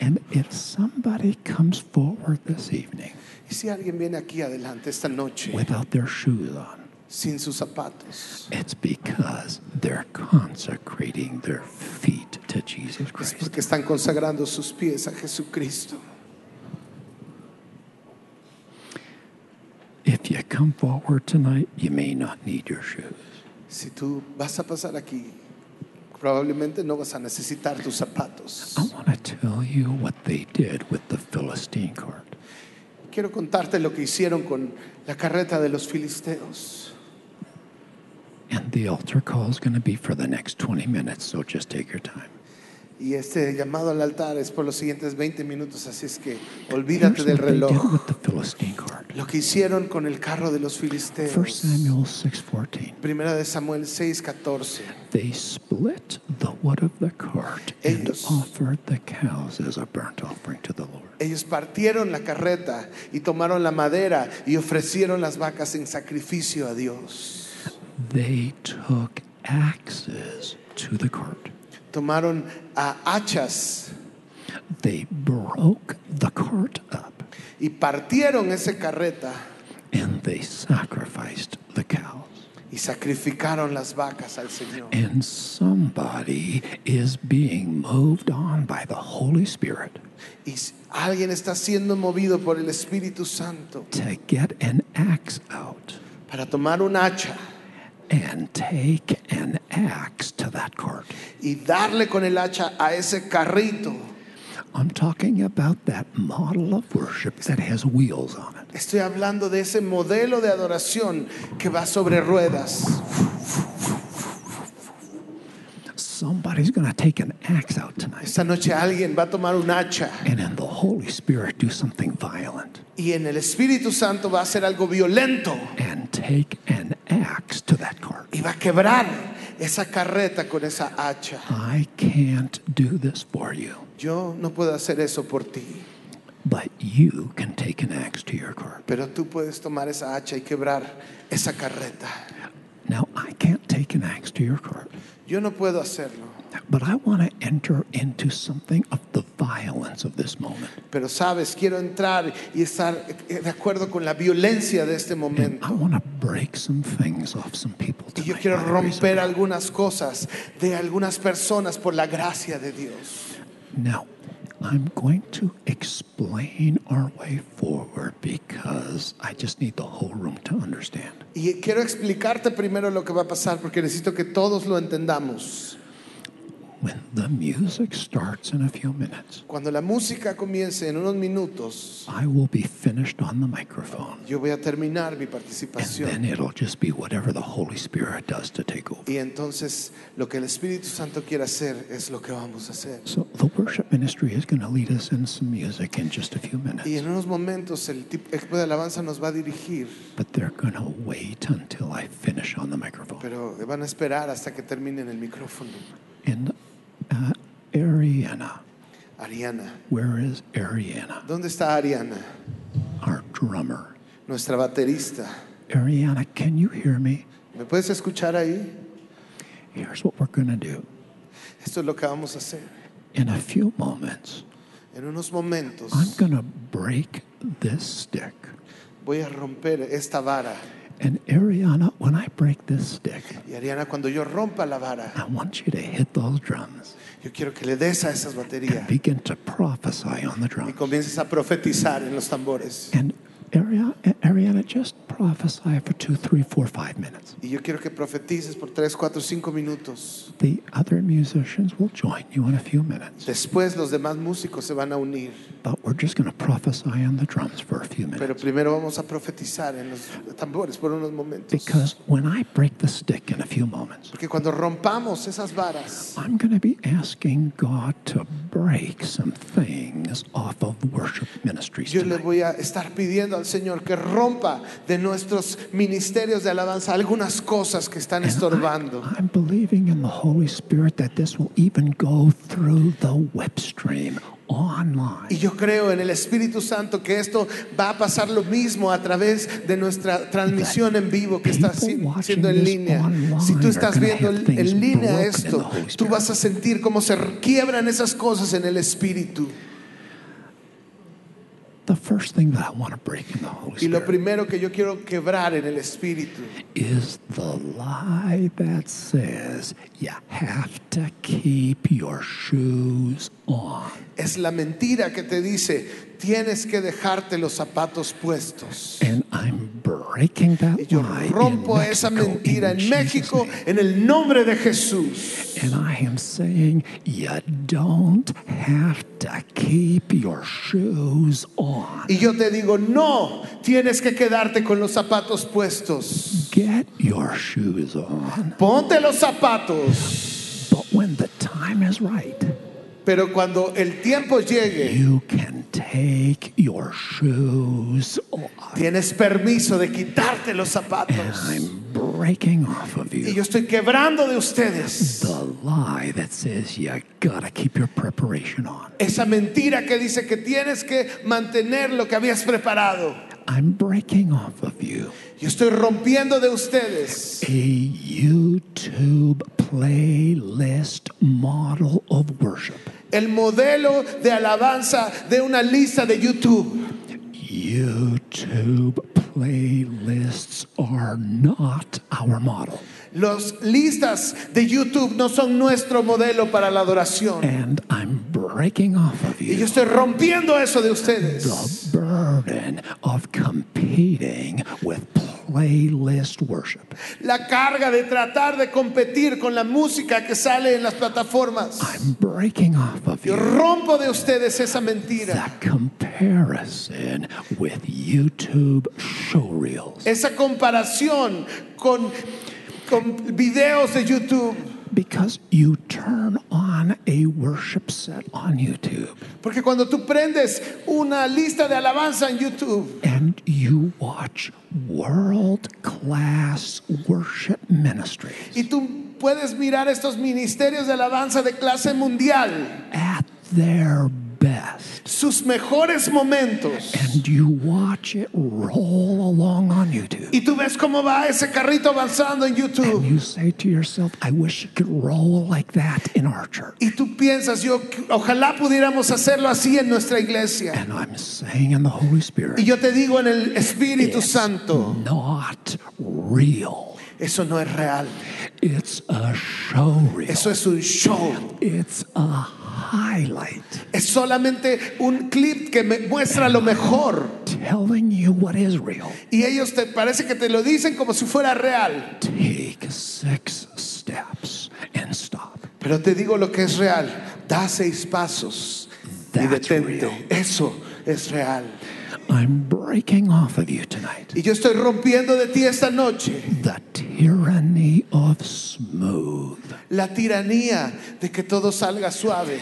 Speaker 1: And if somebody comes forward this evening
Speaker 2: Y si alguien viene aquí adelante esta noche
Speaker 1: without their shoes on,
Speaker 2: sin sus zapatos,
Speaker 1: it's because they're consecrating their feet to Jesus
Speaker 2: es
Speaker 1: Christ.
Speaker 2: porque están consagrando sus pies a Jesucristo.
Speaker 1: If you come forward tonight, you may not need your shoes.
Speaker 2: Si tú vas a pasar aquí, probablemente no vas a necesitar tus zapatos.
Speaker 1: I want to tell you what they did with the Philistine cart.
Speaker 2: Quiero contarte lo que hicieron con la carreta de los filisteos.
Speaker 1: And the altar call is going to be for the next 20 minutes, so just take your time.
Speaker 2: Y este llamado al altar es por los siguientes 20 minutos, así es que olvídate
Speaker 1: Here's
Speaker 2: del
Speaker 1: what they
Speaker 2: reloj.
Speaker 1: did with the Philistine cart.
Speaker 2: Lo que hicieron con el carro de los
Speaker 1: 1
Speaker 2: filisteos.
Speaker 1: Samuel 6:14.
Speaker 2: Primera de Samuel 6:14.
Speaker 1: They split the wood of the cart and
Speaker 2: Ellos-
Speaker 1: offered the cows as a burnt offering to the Lord.
Speaker 2: Ellos partieron la carreta y tomaron la madera y ofrecieron las vacas en sacrificio a Dios.
Speaker 1: They took axes to the cart.
Speaker 2: Tomaron a hachas
Speaker 1: They broke the cart up
Speaker 2: y partieron esa carreta
Speaker 1: and they sacrificed the cows.
Speaker 2: y sacrificaron las vacas al Señor.
Speaker 1: And somebody is being moved on by the Holy Spirit
Speaker 2: Y s- alguien está siendo movido por el Espíritu Santo
Speaker 1: to get an axe out
Speaker 2: para tomar un hacha
Speaker 1: and take an axe to that cart.
Speaker 2: y darle con el hacha a ese carrito.
Speaker 1: I'm talking about that model of worship that has wheels on it.
Speaker 2: Estoy hablando de ese modelo de adoración que va sobre ruedas.
Speaker 1: Somebody's going to take an axe out tonight
Speaker 2: Esta noche alguien va a tomar un hacha
Speaker 1: and in the Holy Spirit do something violent
Speaker 2: y en el Espíritu Santo va a hacer algo violento
Speaker 1: and take an axe to that cart.
Speaker 2: y va a quebrar esa carreta con esa hacha.
Speaker 1: I can't do this for you,
Speaker 2: Yo no puedo hacer eso por ti,
Speaker 1: but you can take an axe to your cart.
Speaker 2: pero tú puedes tomar esa hacha y quebrar esa carreta.
Speaker 1: Now, I can't take an axe to your cart,
Speaker 2: Yo no puedo hacerlo,
Speaker 1: but I want to enter into something of the violence of this moment.
Speaker 2: pero sabes, quiero entrar y estar eh, de acuerdo con la violencia de este
Speaker 1: And
Speaker 2: momento.
Speaker 1: I want to break some things off some people
Speaker 2: Y
Speaker 1: tonight.
Speaker 2: yo quiero
Speaker 1: by the grace of
Speaker 2: romper
Speaker 1: God.
Speaker 2: algunas cosas de algunas personas por la gracia de Dios.
Speaker 1: Now, I'm going to explain our way forward because I just need the whole room to understand.
Speaker 2: Y quiero explicarte primero lo que va a pasar porque necesito que todos lo entendamos.
Speaker 1: When the music starts in a few minutes,
Speaker 2: Cuando la música comience en unos minutos,
Speaker 1: I will be finished on the microphone.
Speaker 2: yo voy a terminar mi
Speaker 1: And then
Speaker 2: participación.
Speaker 1: it'll just be whatever the Holy Spirit does to take over.
Speaker 2: Y entonces lo que el Espíritu Santo quiere hacer es lo que vamos a hacer.
Speaker 1: So the worship ministry is going to lead us in some music in just a few
Speaker 2: Y en
Speaker 1: minutes,
Speaker 2: unos momentos el tip- equipo de alabanza nos va a dirigir,
Speaker 1: but they're going to wait until I finish on the microphone.
Speaker 2: pero van a esperar hasta que terminen el micrófono.
Speaker 1: And uh, Ariana,
Speaker 2: Ariana,
Speaker 1: where is Ariana,
Speaker 2: ¿dónde está Ariana?
Speaker 1: our drummer?
Speaker 2: Nuestra baterista.
Speaker 1: Ariana, can you hear me?
Speaker 2: ¿Me puedes escuchar ahí?
Speaker 1: Here's what we're going to do.
Speaker 2: Esto es lo que vamos a hacer.
Speaker 1: In a few moments,
Speaker 2: En unos momentos
Speaker 1: I'm going to break this stick.
Speaker 2: voy a romper esta vara.
Speaker 1: And Ariana, when I break this stick,
Speaker 2: Y Ariana, cuando yo rompa la vara,
Speaker 1: I want you to hit those drums
Speaker 2: yo quiero que le des a esas
Speaker 1: and
Speaker 2: baterías
Speaker 1: begin to prophesy on the
Speaker 2: y
Speaker 1: drums.
Speaker 2: comiences a profetizar en los tambores.
Speaker 1: And Ariana, Ariana just prophesy for two, three, four, five minutes.
Speaker 2: Y yo quiero que profetices por 3, 4, 5 minutos.
Speaker 1: The other musicians will join you in a few minutes,
Speaker 2: Después los demás músicos se van a unir.
Speaker 1: but we're just going to prophesy on the drums for a few
Speaker 2: Pero
Speaker 1: minutes.
Speaker 2: primero vamos a profetizar en los tambores por unos momentos.
Speaker 1: Because when I break the stick in a few moments,
Speaker 2: Porque cuando rompamos esas varas,
Speaker 1: I'm going to be asking God to break some things off of worship ministries
Speaker 2: yo le
Speaker 1: tonight.
Speaker 2: voy a estar pidiendo al Señor que rompa de nuestros ministerios de alabanza algunas cosas que están estorbando.
Speaker 1: I'm believing in the Holy Spirit that this will even go through the web stream
Speaker 2: Y
Speaker 1: online.
Speaker 2: yo creo en el Espíritu Santo que esto va a pasar lo mismo a través de nuestra transmisión en vivo que está
Speaker 1: People
Speaker 2: haci-
Speaker 1: watching
Speaker 2: siendo en
Speaker 1: this
Speaker 2: línea.
Speaker 1: online
Speaker 2: Si tú
Speaker 1: are
Speaker 2: estás
Speaker 1: gonna
Speaker 2: viendo
Speaker 1: have
Speaker 2: en-
Speaker 1: things
Speaker 2: en línea
Speaker 1: broken in the
Speaker 2: esto,
Speaker 1: Holy
Speaker 2: tú
Speaker 1: Spirit.
Speaker 2: vas a sentir cómo se r- quiebran esas cosas en el Espíritu.
Speaker 1: The first thing that I want to break in the Holy
Speaker 2: Y lo
Speaker 1: Spirit
Speaker 2: primero que yo quiero quebrar en el Espíritu
Speaker 1: is the lie that says you have to keep your shoes on.
Speaker 2: Es la mentira que te dice, tienes que dejarte los zapatos puestos.
Speaker 1: And I'm breaking
Speaker 2: Y
Speaker 1: that
Speaker 2: yo
Speaker 1: lie
Speaker 2: rompo
Speaker 1: in
Speaker 2: esa
Speaker 1: Mexico,
Speaker 2: mentira
Speaker 1: in
Speaker 2: en
Speaker 1: Jesus'
Speaker 2: México
Speaker 1: name.
Speaker 2: en el nombre de Jesús.
Speaker 1: And I am saying you don't have to keep your shoes on.
Speaker 2: Y yo te digo, no, tienes que quedarte con los zapatos puestos.
Speaker 1: Get your shoes on.
Speaker 2: Ponte los zapatos.
Speaker 1: But when the time is right,
Speaker 2: Pero cuando el tiempo llegue,
Speaker 1: you can take your shoes off.
Speaker 2: tienes permiso de quitarte los
Speaker 1: And
Speaker 2: zapatos.
Speaker 1: I'm breaking off of
Speaker 2: Y
Speaker 1: you
Speaker 2: yo estoy quebrando de ustedes
Speaker 1: the lie that says you gotta keep your preparation on.
Speaker 2: esa mentira que dice que tienes que mantener lo que habías preparado.
Speaker 1: I'm breaking off of you
Speaker 2: Yo estoy rompiendo de ustedes
Speaker 1: a YouTube playlist model of worship.
Speaker 2: el modelo de alabanza de una lista de YouTube.
Speaker 1: YouTube playlists are not our model.
Speaker 2: Las listas de YouTube no son nuestro modelo para la adoración.
Speaker 1: And I'm breaking off of
Speaker 2: Y yo
Speaker 1: you
Speaker 2: estoy rompiendo eso de ustedes.
Speaker 1: the burden of competing with playlist worship.
Speaker 2: La carga de tratar de competir con la música que sale en las plataformas.
Speaker 1: I'm breaking off of
Speaker 2: Yo
Speaker 1: you
Speaker 2: rompo de ustedes esa mentira.
Speaker 1: the comparison with YouTube showreels.
Speaker 2: Esa comparación con, con videos de YouTube.
Speaker 1: Because you turn on a worship set on YouTube
Speaker 2: Porque cuando tú prendes una lista de alabanza en YouTube
Speaker 1: and you watch world class worship ministries
Speaker 2: y tú puedes mirar estos ministerios de alabanza de clase mundial,
Speaker 1: at their best.
Speaker 2: sus mejores momentos,
Speaker 1: And you watch it roll along on YouTube.
Speaker 2: y tú ves cómo va ese carrito avanzando en
Speaker 1: And
Speaker 2: YouTube,
Speaker 1: you say to yourself, I wish it could roll like that in our church.
Speaker 2: y tú piensas, yo ojalá pudiéramos hacerlo así en nuestra iglesia.
Speaker 1: And I'm saying in the Holy
Speaker 2: Y
Speaker 1: Spirit,
Speaker 2: yo te digo en el Espíritu
Speaker 1: It's
Speaker 2: Santo,
Speaker 1: not real.
Speaker 2: eso no es real,
Speaker 1: It's a showreel.
Speaker 2: eso es un show,
Speaker 1: It's a highlight
Speaker 2: es solamente un clip que me muestra lo mejor.
Speaker 1: telling you what is real.
Speaker 2: Y ellos te parece que te lo dicen como si fuera real.
Speaker 1: Take six steps and stop.
Speaker 2: Pero te digo lo que es real. Da seis pasos y
Speaker 1: That's
Speaker 2: detente.
Speaker 1: real.
Speaker 2: Eso es real.
Speaker 1: I'm breaking off of you tonight
Speaker 2: Y yo estoy rompiendo de ti esta noche
Speaker 1: the tyranny of smooth.
Speaker 2: la tiranía de que todo salga suave,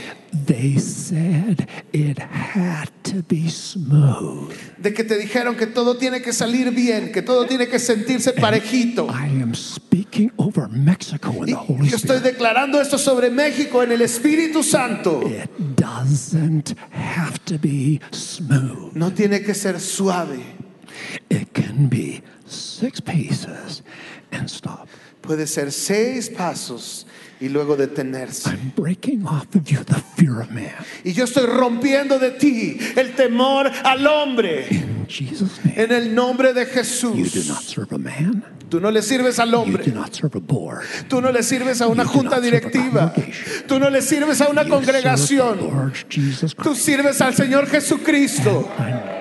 Speaker 1: They said it had to be smooth.
Speaker 2: de que te dijeron que todo tiene que salir bien, que todo tiene que sentirse parejito.
Speaker 1: I am speaking over Mexico in
Speaker 2: Y
Speaker 1: the Holy
Speaker 2: yo estoy
Speaker 1: Spirit.
Speaker 2: declarando esto sobre México en el Espíritu Santo.
Speaker 1: It doesn't have to be smooth.
Speaker 2: No tiene que ser suave.
Speaker 1: It can be six pieces and stop.
Speaker 2: Puede ser seis pasos y luego detenerse.
Speaker 1: I'm breaking off of you the fear of man.
Speaker 2: Y yo estoy rompiendo de ti el temor al hombre.
Speaker 1: In Jesus' name.
Speaker 2: En el nombre de
Speaker 1: You do
Speaker 2: Jesús.
Speaker 1: not serve a man.
Speaker 2: Tú no le sirves al
Speaker 1: You do
Speaker 2: hombre.
Speaker 1: not serve a board.
Speaker 2: Tú no le sirves a una
Speaker 1: You do
Speaker 2: junta
Speaker 1: not serve a
Speaker 2: directiva.
Speaker 1: congregation.
Speaker 2: Tú no le sirves a una
Speaker 1: You serve the
Speaker 2: congregación.
Speaker 1: Lord Jesus
Speaker 2: Tú
Speaker 1: Christ.
Speaker 2: sirves al Señor Jesucristo.
Speaker 1: I'm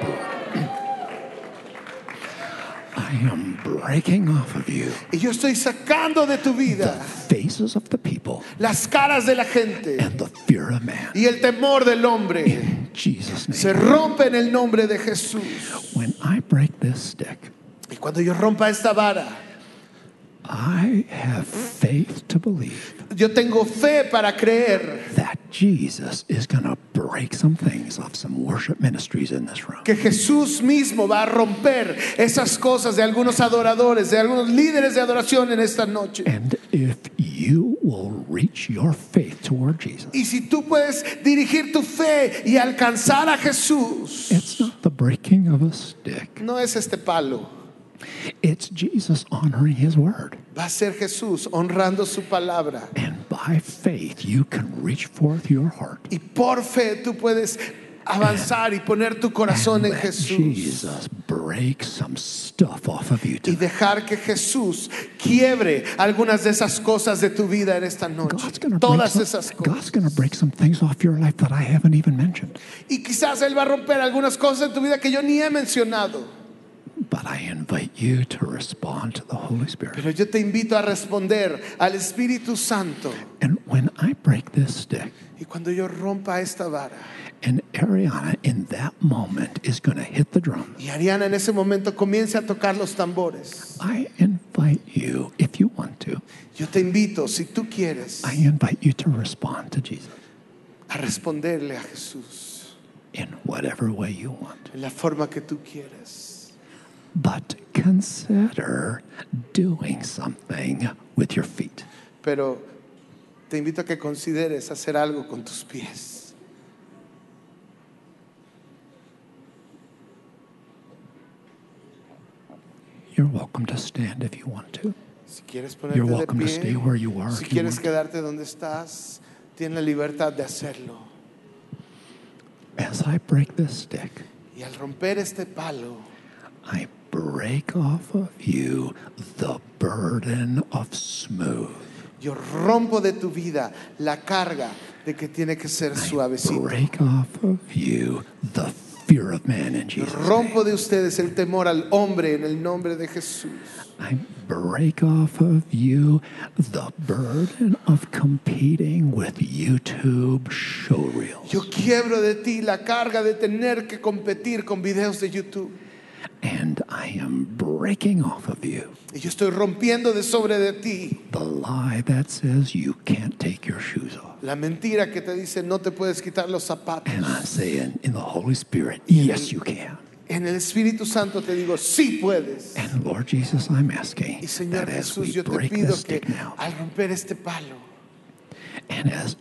Speaker 1: I am breaking off of you
Speaker 2: Y yo estoy sacando de tu vida
Speaker 1: faces of the people
Speaker 2: las caras de la gente
Speaker 1: and the fear of man.
Speaker 2: y el temor del hombre.
Speaker 1: In Jesus'
Speaker 2: Se
Speaker 1: name.
Speaker 2: rompe en el nombre de Jesús.
Speaker 1: When I break this stick,
Speaker 2: Y cuando yo rompa esta vara,
Speaker 1: I have faith to believe
Speaker 2: yo tengo fe para creer.
Speaker 1: that Jesus is going to break some things off some worship ministries in this room.
Speaker 2: que Jesús mismo va a romper esas cosas de algunos adoradores, de algunos líderes de adoración en esta noche.
Speaker 1: And if you will reach your faith toward Jesus,
Speaker 2: Y si tú puedes dirigir tu fe y alcanzar a Jesús,
Speaker 1: It's not the breaking of a stick.
Speaker 2: no es este palo,
Speaker 1: It's Jesus honoring his word.
Speaker 2: va a ser Jesús honrando su palabra.
Speaker 1: And by faith, you can reach forth your heart
Speaker 2: Y por fe tú puedes avanzar y poner tu corazón en
Speaker 1: Let
Speaker 2: Jesús.
Speaker 1: Jesus break some stuff off of you
Speaker 2: Y
Speaker 1: today.
Speaker 2: dejar que Jesús quiebre algunas de esas cosas de tu vida en esta noche.
Speaker 1: God's going
Speaker 2: Todas esas cosas.
Speaker 1: to break some things off your life that I haven't even mentioned.
Speaker 2: Y quizás Él va a romper algunas cosas de tu vida que yo ni he mencionado.
Speaker 1: But I invite you to respond to the Holy Spirit.
Speaker 2: Pero yo te invito a responder al Espíritu Santo.
Speaker 1: And when I break this stick,
Speaker 2: Y cuando yo rompa esta vara
Speaker 1: and Ariana in that moment is going to hit the drum,
Speaker 2: y Ariana en ese momento comience a tocar los tambores,
Speaker 1: I invite you, if you want to,
Speaker 2: yo te invito, si tú quieres,
Speaker 1: I invite you to respond to Jesus
Speaker 2: a responderle a Jesús
Speaker 1: in whatever way you want.
Speaker 2: en la forma que tú quieres.
Speaker 1: But consider doing something with your feet.
Speaker 2: Pero te invito a que consideres hacer algo con tus pies.
Speaker 1: You're welcome to stand if you want to.
Speaker 2: Si quieres
Speaker 1: You're
Speaker 2: ponerte de
Speaker 1: welcome to stay
Speaker 2: pie,
Speaker 1: where you are
Speaker 2: si
Speaker 1: if you
Speaker 2: quieres
Speaker 1: want.
Speaker 2: quedarte donde estás, tienes la libertad de hacerlo.
Speaker 1: As I break this stick,
Speaker 2: Y al romper este palo,
Speaker 1: I break off of you the burden of smooth.
Speaker 2: yo rompo de tu vida la carga de que tiene que ser suavecito.
Speaker 1: Break off of you the fear of man in
Speaker 2: Yo
Speaker 1: Jesus. name.
Speaker 2: rompo de ustedes el temor al hombre en el nombre de Jesús.
Speaker 1: I break off of you the burden of competing with YouTube showreels
Speaker 2: Yo quiebro de ti la carga de tener que competir con videos de YouTube.
Speaker 1: and I am breaking off of you
Speaker 2: Y yo estoy rompiendo de sobre de ti
Speaker 1: the lie that says you can't take your shoes off.
Speaker 2: la mentira que te dice no te puedes quitar los zapatos.
Speaker 1: And I'm saying in the Holy Spirit, yes, you can.
Speaker 2: En el Espíritu Santo te digo, sí puedes.
Speaker 1: And Lord Jesus, I'm asking
Speaker 2: Y Señor
Speaker 1: that as
Speaker 2: Jesús,
Speaker 1: we
Speaker 2: yo te
Speaker 1: break
Speaker 2: pido
Speaker 1: this
Speaker 2: que
Speaker 1: stick now,
Speaker 2: al romper este palo,
Speaker 1: and as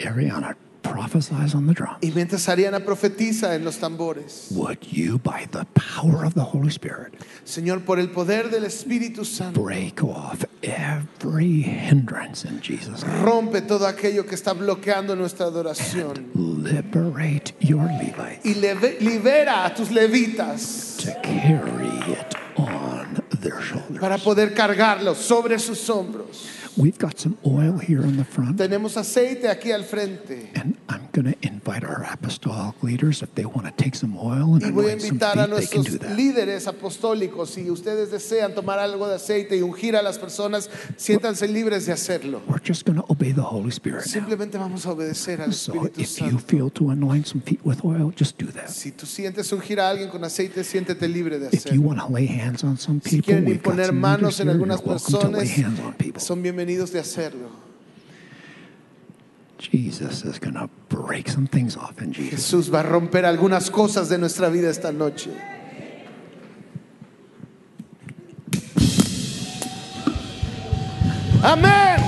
Speaker 1: Ariana prophesies on the drum,
Speaker 2: y mientras Ariana profetiza en los tambores,
Speaker 1: would you, by the power of the Holy Spirit,
Speaker 2: Señor, por el poder del Espíritu Santo,
Speaker 1: break off every hindrance in Jesus' name?
Speaker 2: rompe todo aquello que está bloqueando nuestra adoración.
Speaker 1: Liberate your Levites
Speaker 2: y leve- libera a tus levitas
Speaker 1: to carry it on their shoulders.
Speaker 2: para poder cargarlo sobre sus hombros.
Speaker 1: We've got some oil here in the front.
Speaker 2: Tenemos aceite aquí al frente
Speaker 1: And I'm going to invite our apostolic leaders if they want to take some oil and
Speaker 2: y voy a
Speaker 1: anoint some
Speaker 2: invitar a
Speaker 1: feet, they can
Speaker 2: nuestros
Speaker 1: do that.
Speaker 2: líderes apostólicos, si ustedes desean tomar algo de aceite y ungir a las personas, siéntanse libres de hacerlo.
Speaker 1: We're just going to obey the Holy Spirit now.
Speaker 2: Simplemente vamos a obedecer al
Speaker 1: So
Speaker 2: Espíritu
Speaker 1: if you
Speaker 2: Santo.
Speaker 1: feel to anoint some feet with oil, just do that.
Speaker 2: Si tú sientes ungir a alguien con aceite, siéntete libre de
Speaker 1: If you
Speaker 2: hacerlo.
Speaker 1: want to lay hands on some
Speaker 2: Si
Speaker 1: people,
Speaker 2: quieren
Speaker 1: we've got
Speaker 2: imponer
Speaker 1: some
Speaker 2: manos
Speaker 1: leaders here.
Speaker 2: en
Speaker 1: You're
Speaker 2: algunas
Speaker 1: welcome to lay
Speaker 2: personas,
Speaker 1: hands on people.
Speaker 2: son bienvenidos de hacerlo.
Speaker 1: Jesus is going to break some things off in Jesus.
Speaker 2: Jesús va a romper algunas cosas de nuestra vida esta noche. Amén.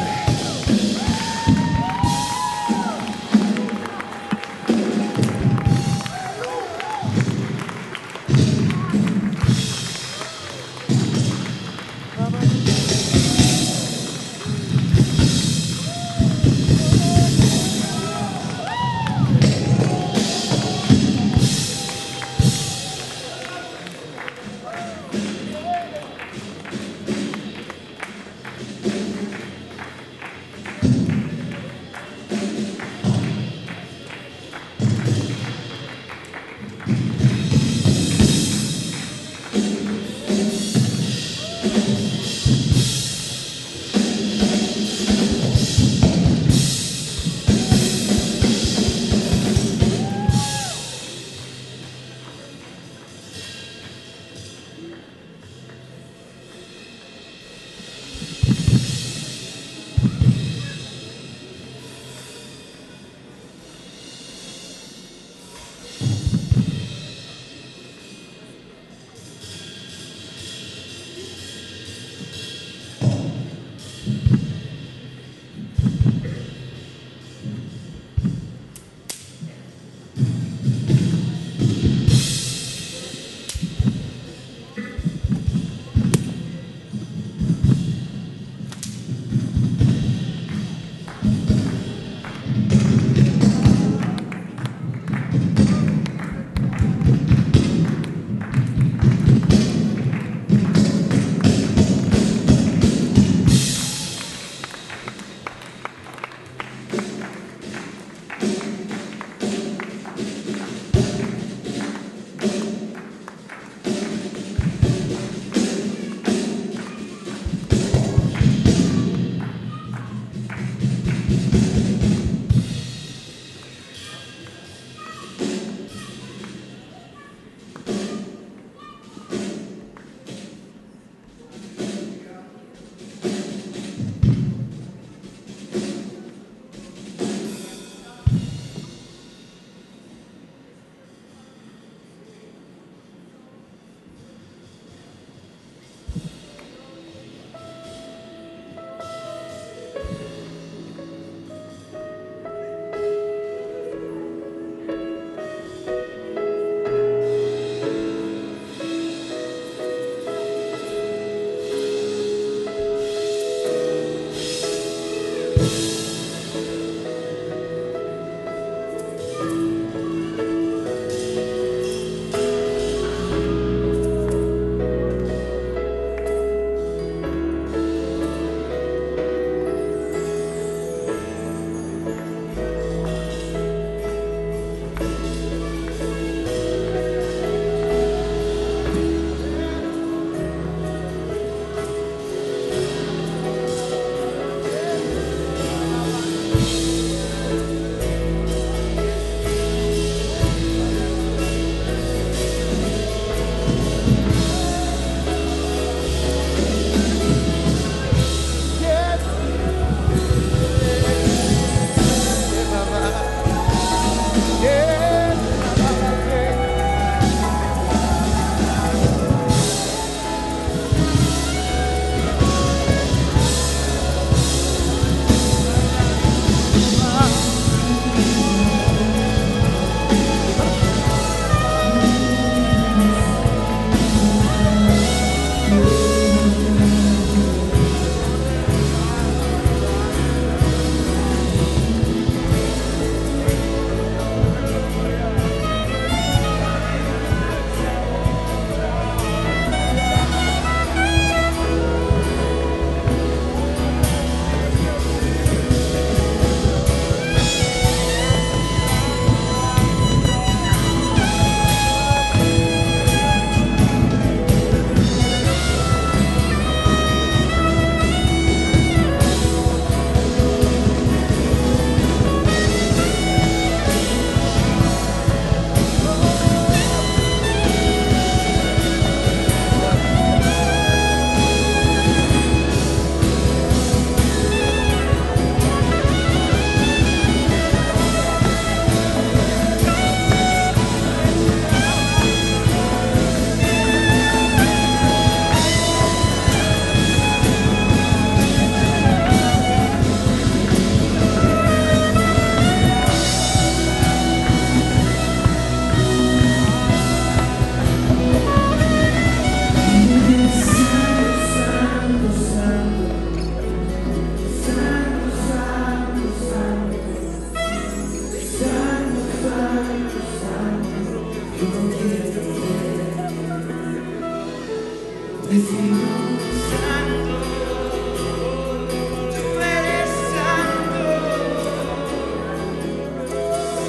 Speaker 3: Tú eres santo,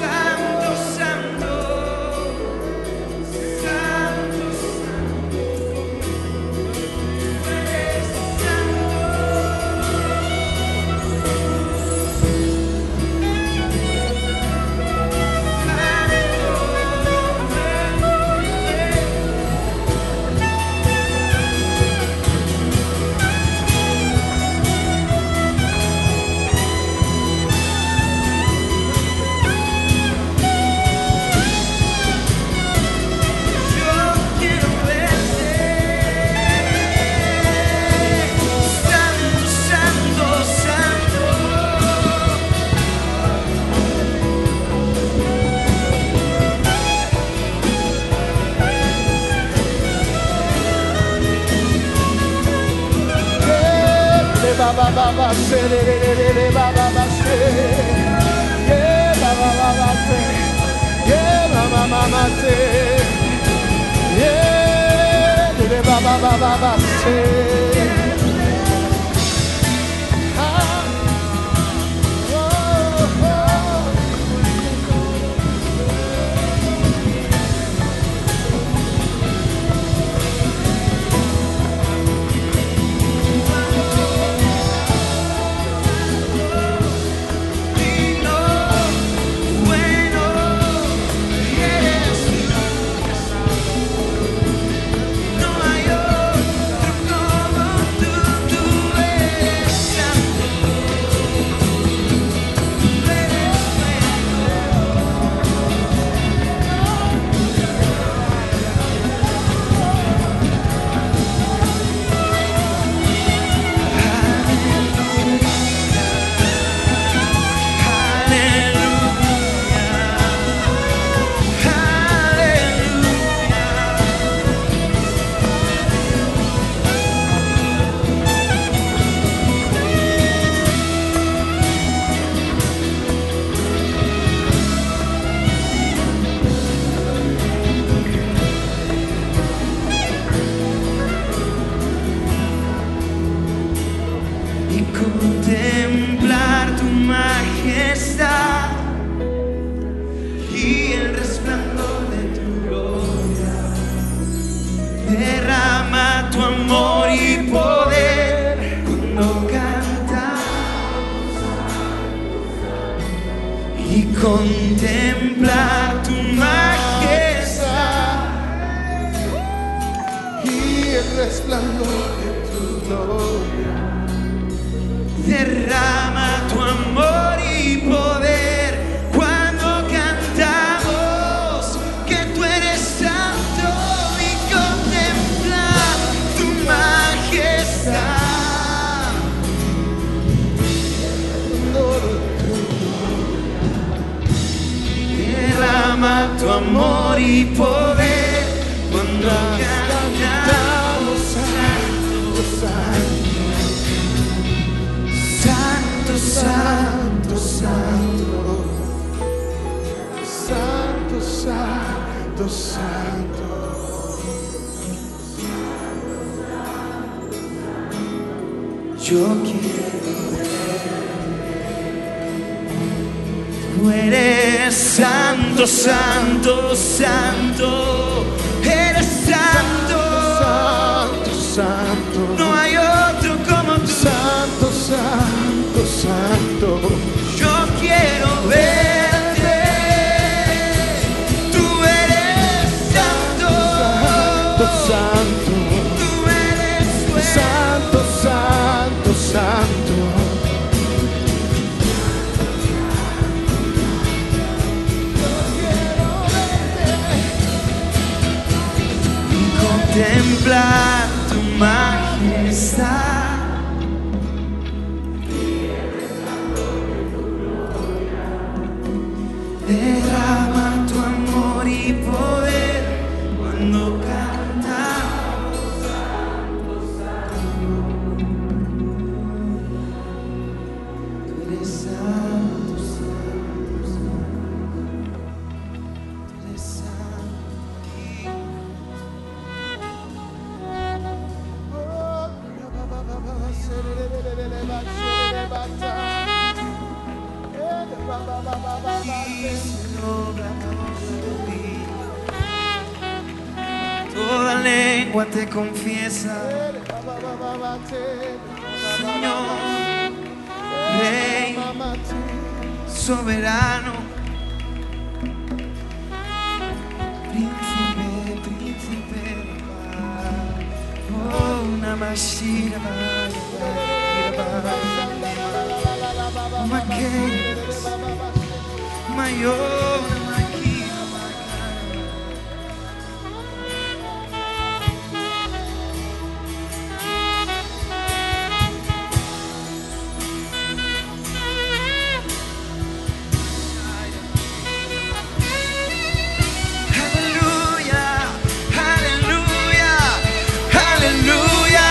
Speaker 3: santo, santo, santo, santo. Tú eres santo. Yo quiero verte, santo, santo, santo.
Speaker 2: Re, ba, ba, ba, ba, se, re, re, re, re, re, ba, ba, ba, se. Yeah, ba, ba, ba, ba, se. Yeah, ba, ba, ba, ba, se. Yeah, re, re, ba, ba, ba, ba, ba, se. Ah, oh, oh.
Speaker 3: Vino, bueno, y eres No hay otro como tú, tú eres santo Tú eres Aleluya, aleluya y contemplar tu majestad y el resplandor de tu gloria. Derrama tu amor y poder cuando cantas y contemplar tu majestad
Speaker 2: Y el resplandor de tu gloria.
Speaker 3: Derrama tu amor y poder cuando cantamos que tú eres santo y contempla tu majestad. Derrama tu amor y poder cuando cantamos santo, santo, santo. santo.
Speaker 2: Santo, santo, santo.
Speaker 3: Yo quiero ver. Tú eres santo, santo, santo. Eres santo.
Speaker 2: Santo, santo.
Speaker 3: No hay otro como tú.
Speaker 2: Santo, santo, santo.
Speaker 3: Yo quiero verte. Tú eres
Speaker 2: Santo,
Speaker 3: santo.
Speaker 2: santo.
Speaker 3: Tú eres fuerte.
Speaker 2: Santo, santo, santo.
Speaker 3: contemplar tu majestad. Derrama tu amor y poder cuando cantamos. Tú eres santo, santo, santo. Tú eres santo. toda lengua te confiesa, Señor, Rey soberano, príncipe, príncipe de paz, oh, Namah Shivaya, Shivaya. Maquedes, mayor maquina, Aleluya, aleluya, aleluya.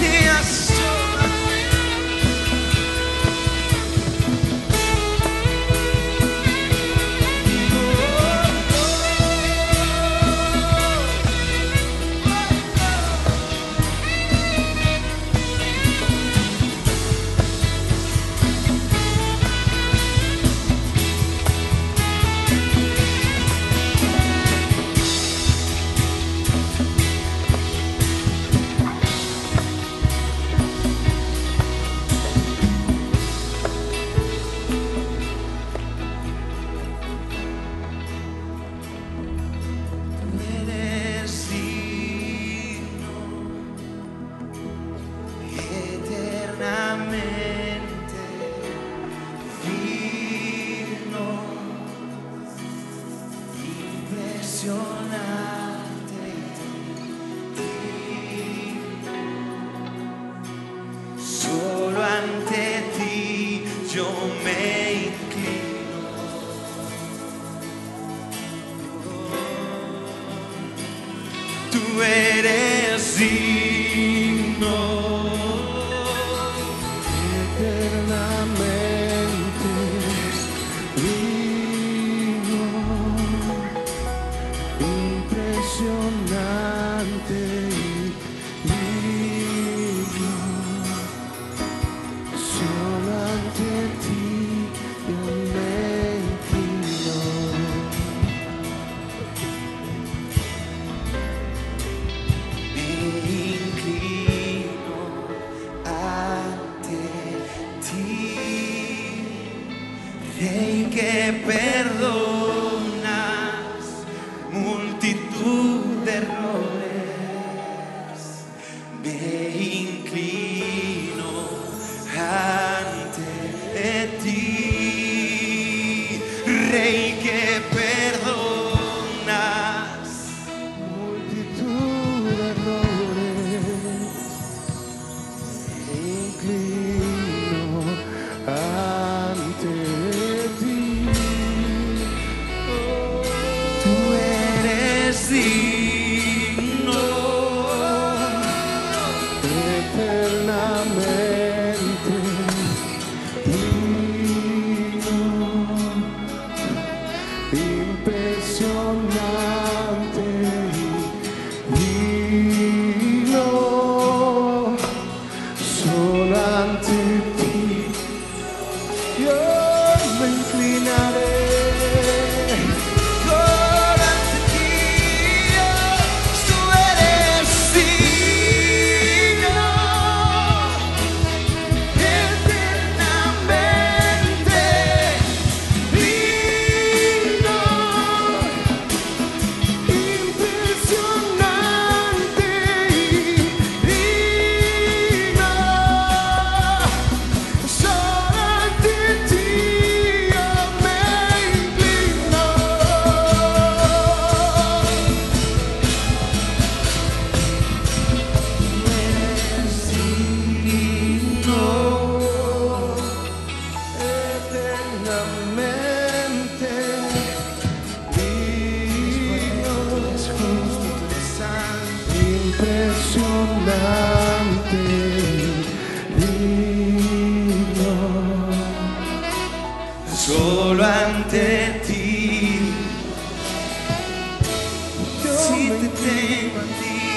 Speaker 3: Yes, Tú eres digno eternamente digno impresionante digno. solo ante ti yo me inclino tú eres digno eternamente digno impresionante digno solo ante ti yo me inclino Me inclino ante ti, Rey que perdonas multitud de errores. Me inclino ante ti, Rey que perdonas multitud de errores inclino ante ti. Tú eres digno eternamente
Speaker 2: impresionante digno solo ante ti yo me inclinaré
Speaker 3: Solo ante ti, tú eres digno eternamente digno, impresionante digno. Solo ante ti yo me inclino. Eres digno eternamente digno. Tú eres justo, tú eres santo.
Speaker 2: impresionante digno
Speaker 3: Solo ante ti Si te tengo a ti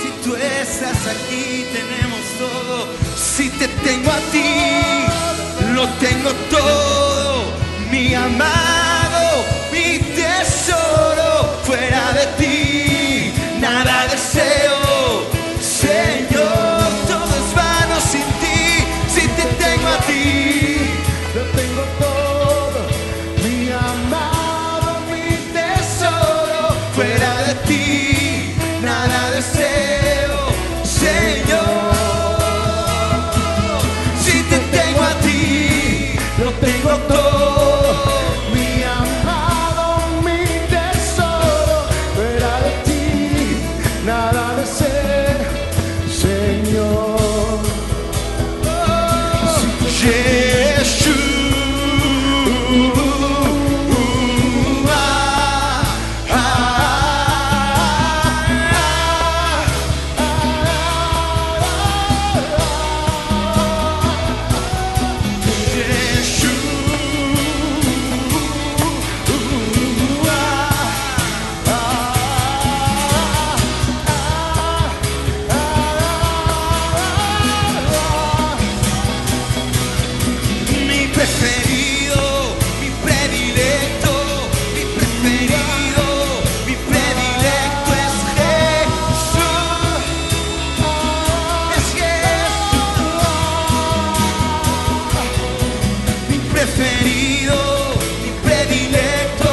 Speaker 3: Si tú estás aquí tenemos todo Si te tengo a ti, lo tengo todo, mi amado, mi tesoro. Fuera de ti, nada deseo, Señor, todo es vano sin ti. Si te tengo a ti, lo tengo todo, mi amado, mi tesoro. Fuera de ti, nada deseo, Señor. Si te tengo a ti, lo tengo todo. Mi amado, mi tesoro, fuera de ti, nada de ser, Señor. Yeshua. Mi preferido, mi predilecto, mi preferido, mi predilecto es Jesús, es Jesús. Mi preferido, mi predilecto,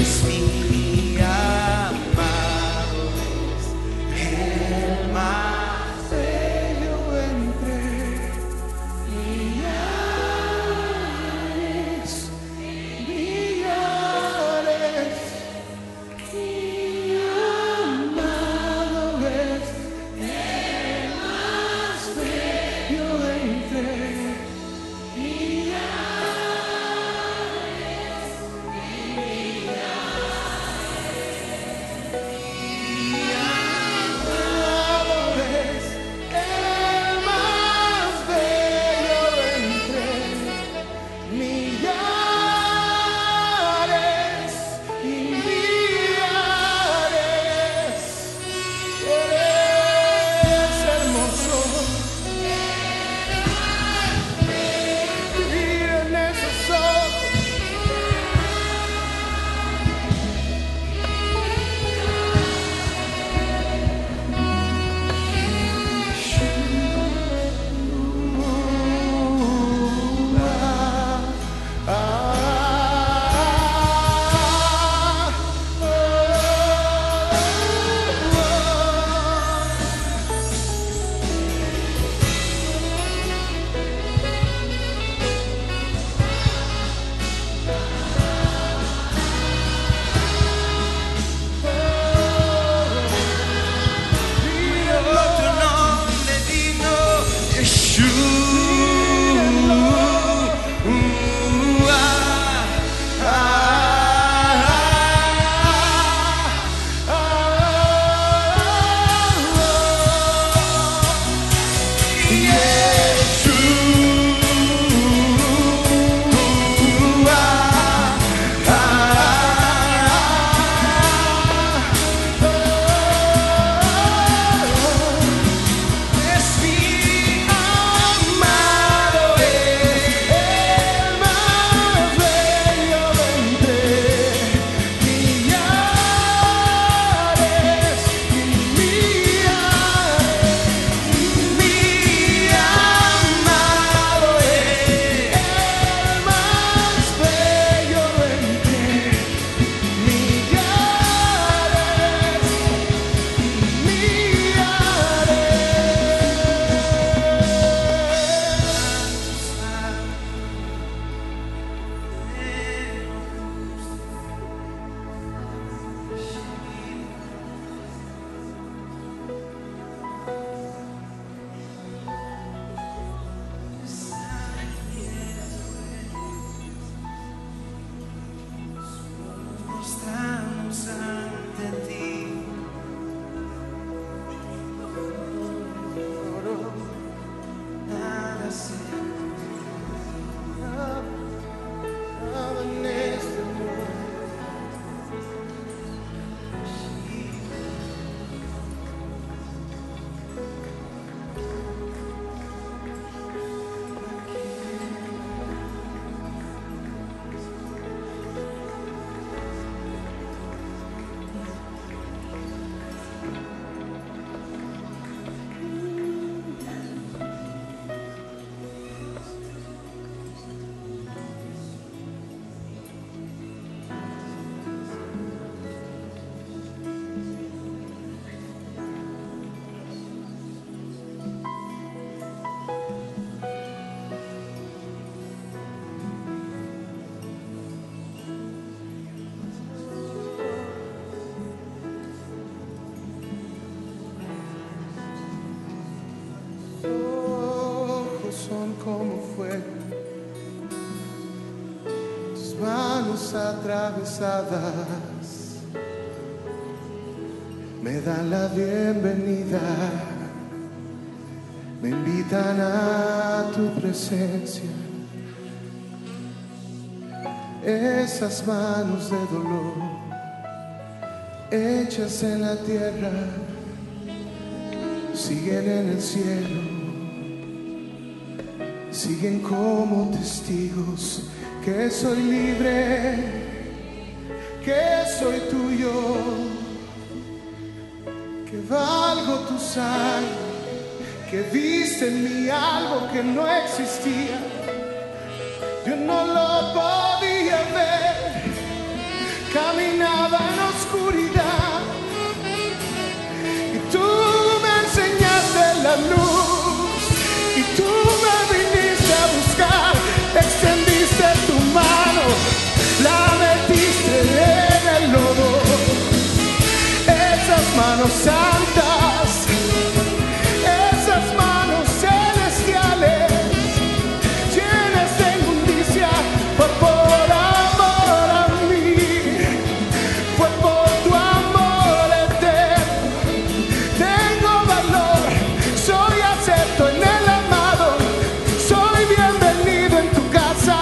Speaker 3: Es mi amado, es el más bello entre millares, millares. Mi amado es el más bello entre El más bello entre millares y millares. Eres hermoso. Vivir en esos ojos. Ah, Mírenlo a tu nombre digno, Yeshua. Ah, ah, ah, ah, Yeshua. Ah, ah, es mi amado, es el más bello entre millares y millares. Mi amado es el más bello entre millares Estamos ante ti. nada se
Speaker 2: nada en manos atravesadas me dan la bienvenida, me invitan a tu presencia. Esas manos de dolor hechas en la tierra siguen en el cielo siguen como testigos que soy libre, que soy tuyo, que valgo tu sangre, que viste en mí algo que no existía. Yo no lo podía ver, caminaba en oscuridad y tú me enseñaste la luz y tú me viniste a buscar, extendiste tu mano, la metiste en el lodo, esas manos santas, esas manos celestiales, llenas de inmundicia, fue por amor a mí, fue por tu amor eterno. Tengo valor, soy acepto en el amado, soy bienvenido en tu casa.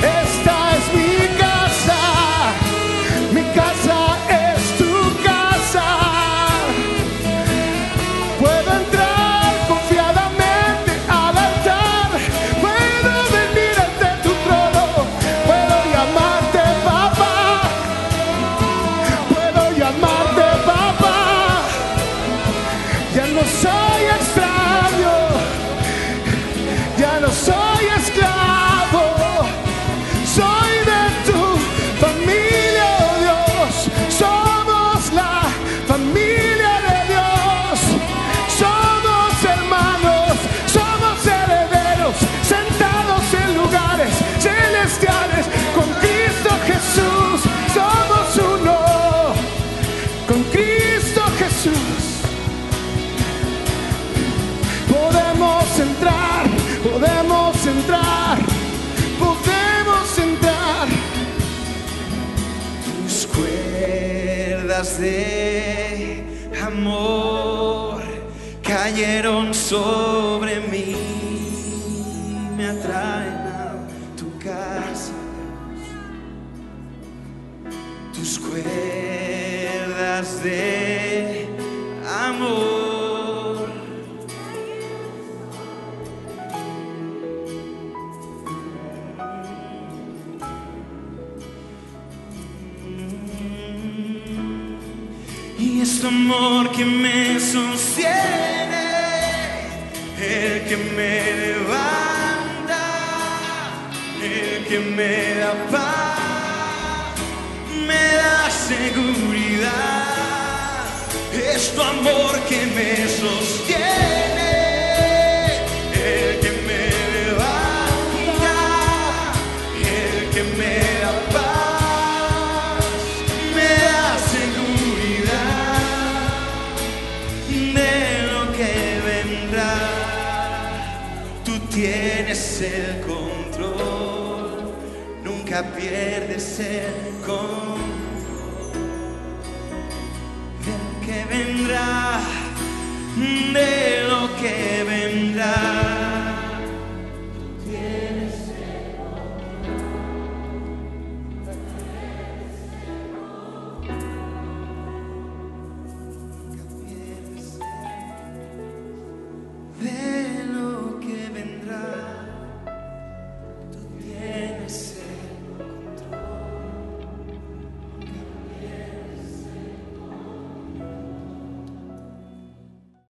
Speaker 2: Esta es mi casa, mi casa es tu casa. Puedo entrar confiadamente al altar, puedo venir ante tu trono, puedo llamarte papá, puedo llamarte papá. Ya no soy extraño, ya no soy esclavo, soy de tu familia, oh Dios, somos la familia de Dios, somos hermanos, somos herederos, sentados en lugares celestiales, con Cristo Jesús, somos uno, con Cristo Jesús. Podemos entrar, podemos entrar, podemos entrar.
Speaker 3: Tus cuerdas de amor cayeron sobre mí, me atraen a tu casa. Tus cuerdas de amor Y es tu amor que me sostiene, el que me levanta, el que me da paz, me da seguridad. Es tu amor que me sostiene, el que me levanta, el que me da paz, me da seguridad de lo que vendrá. Tú tienes el control, nunca pierdes el control del que vendrá, de lo que vendrá.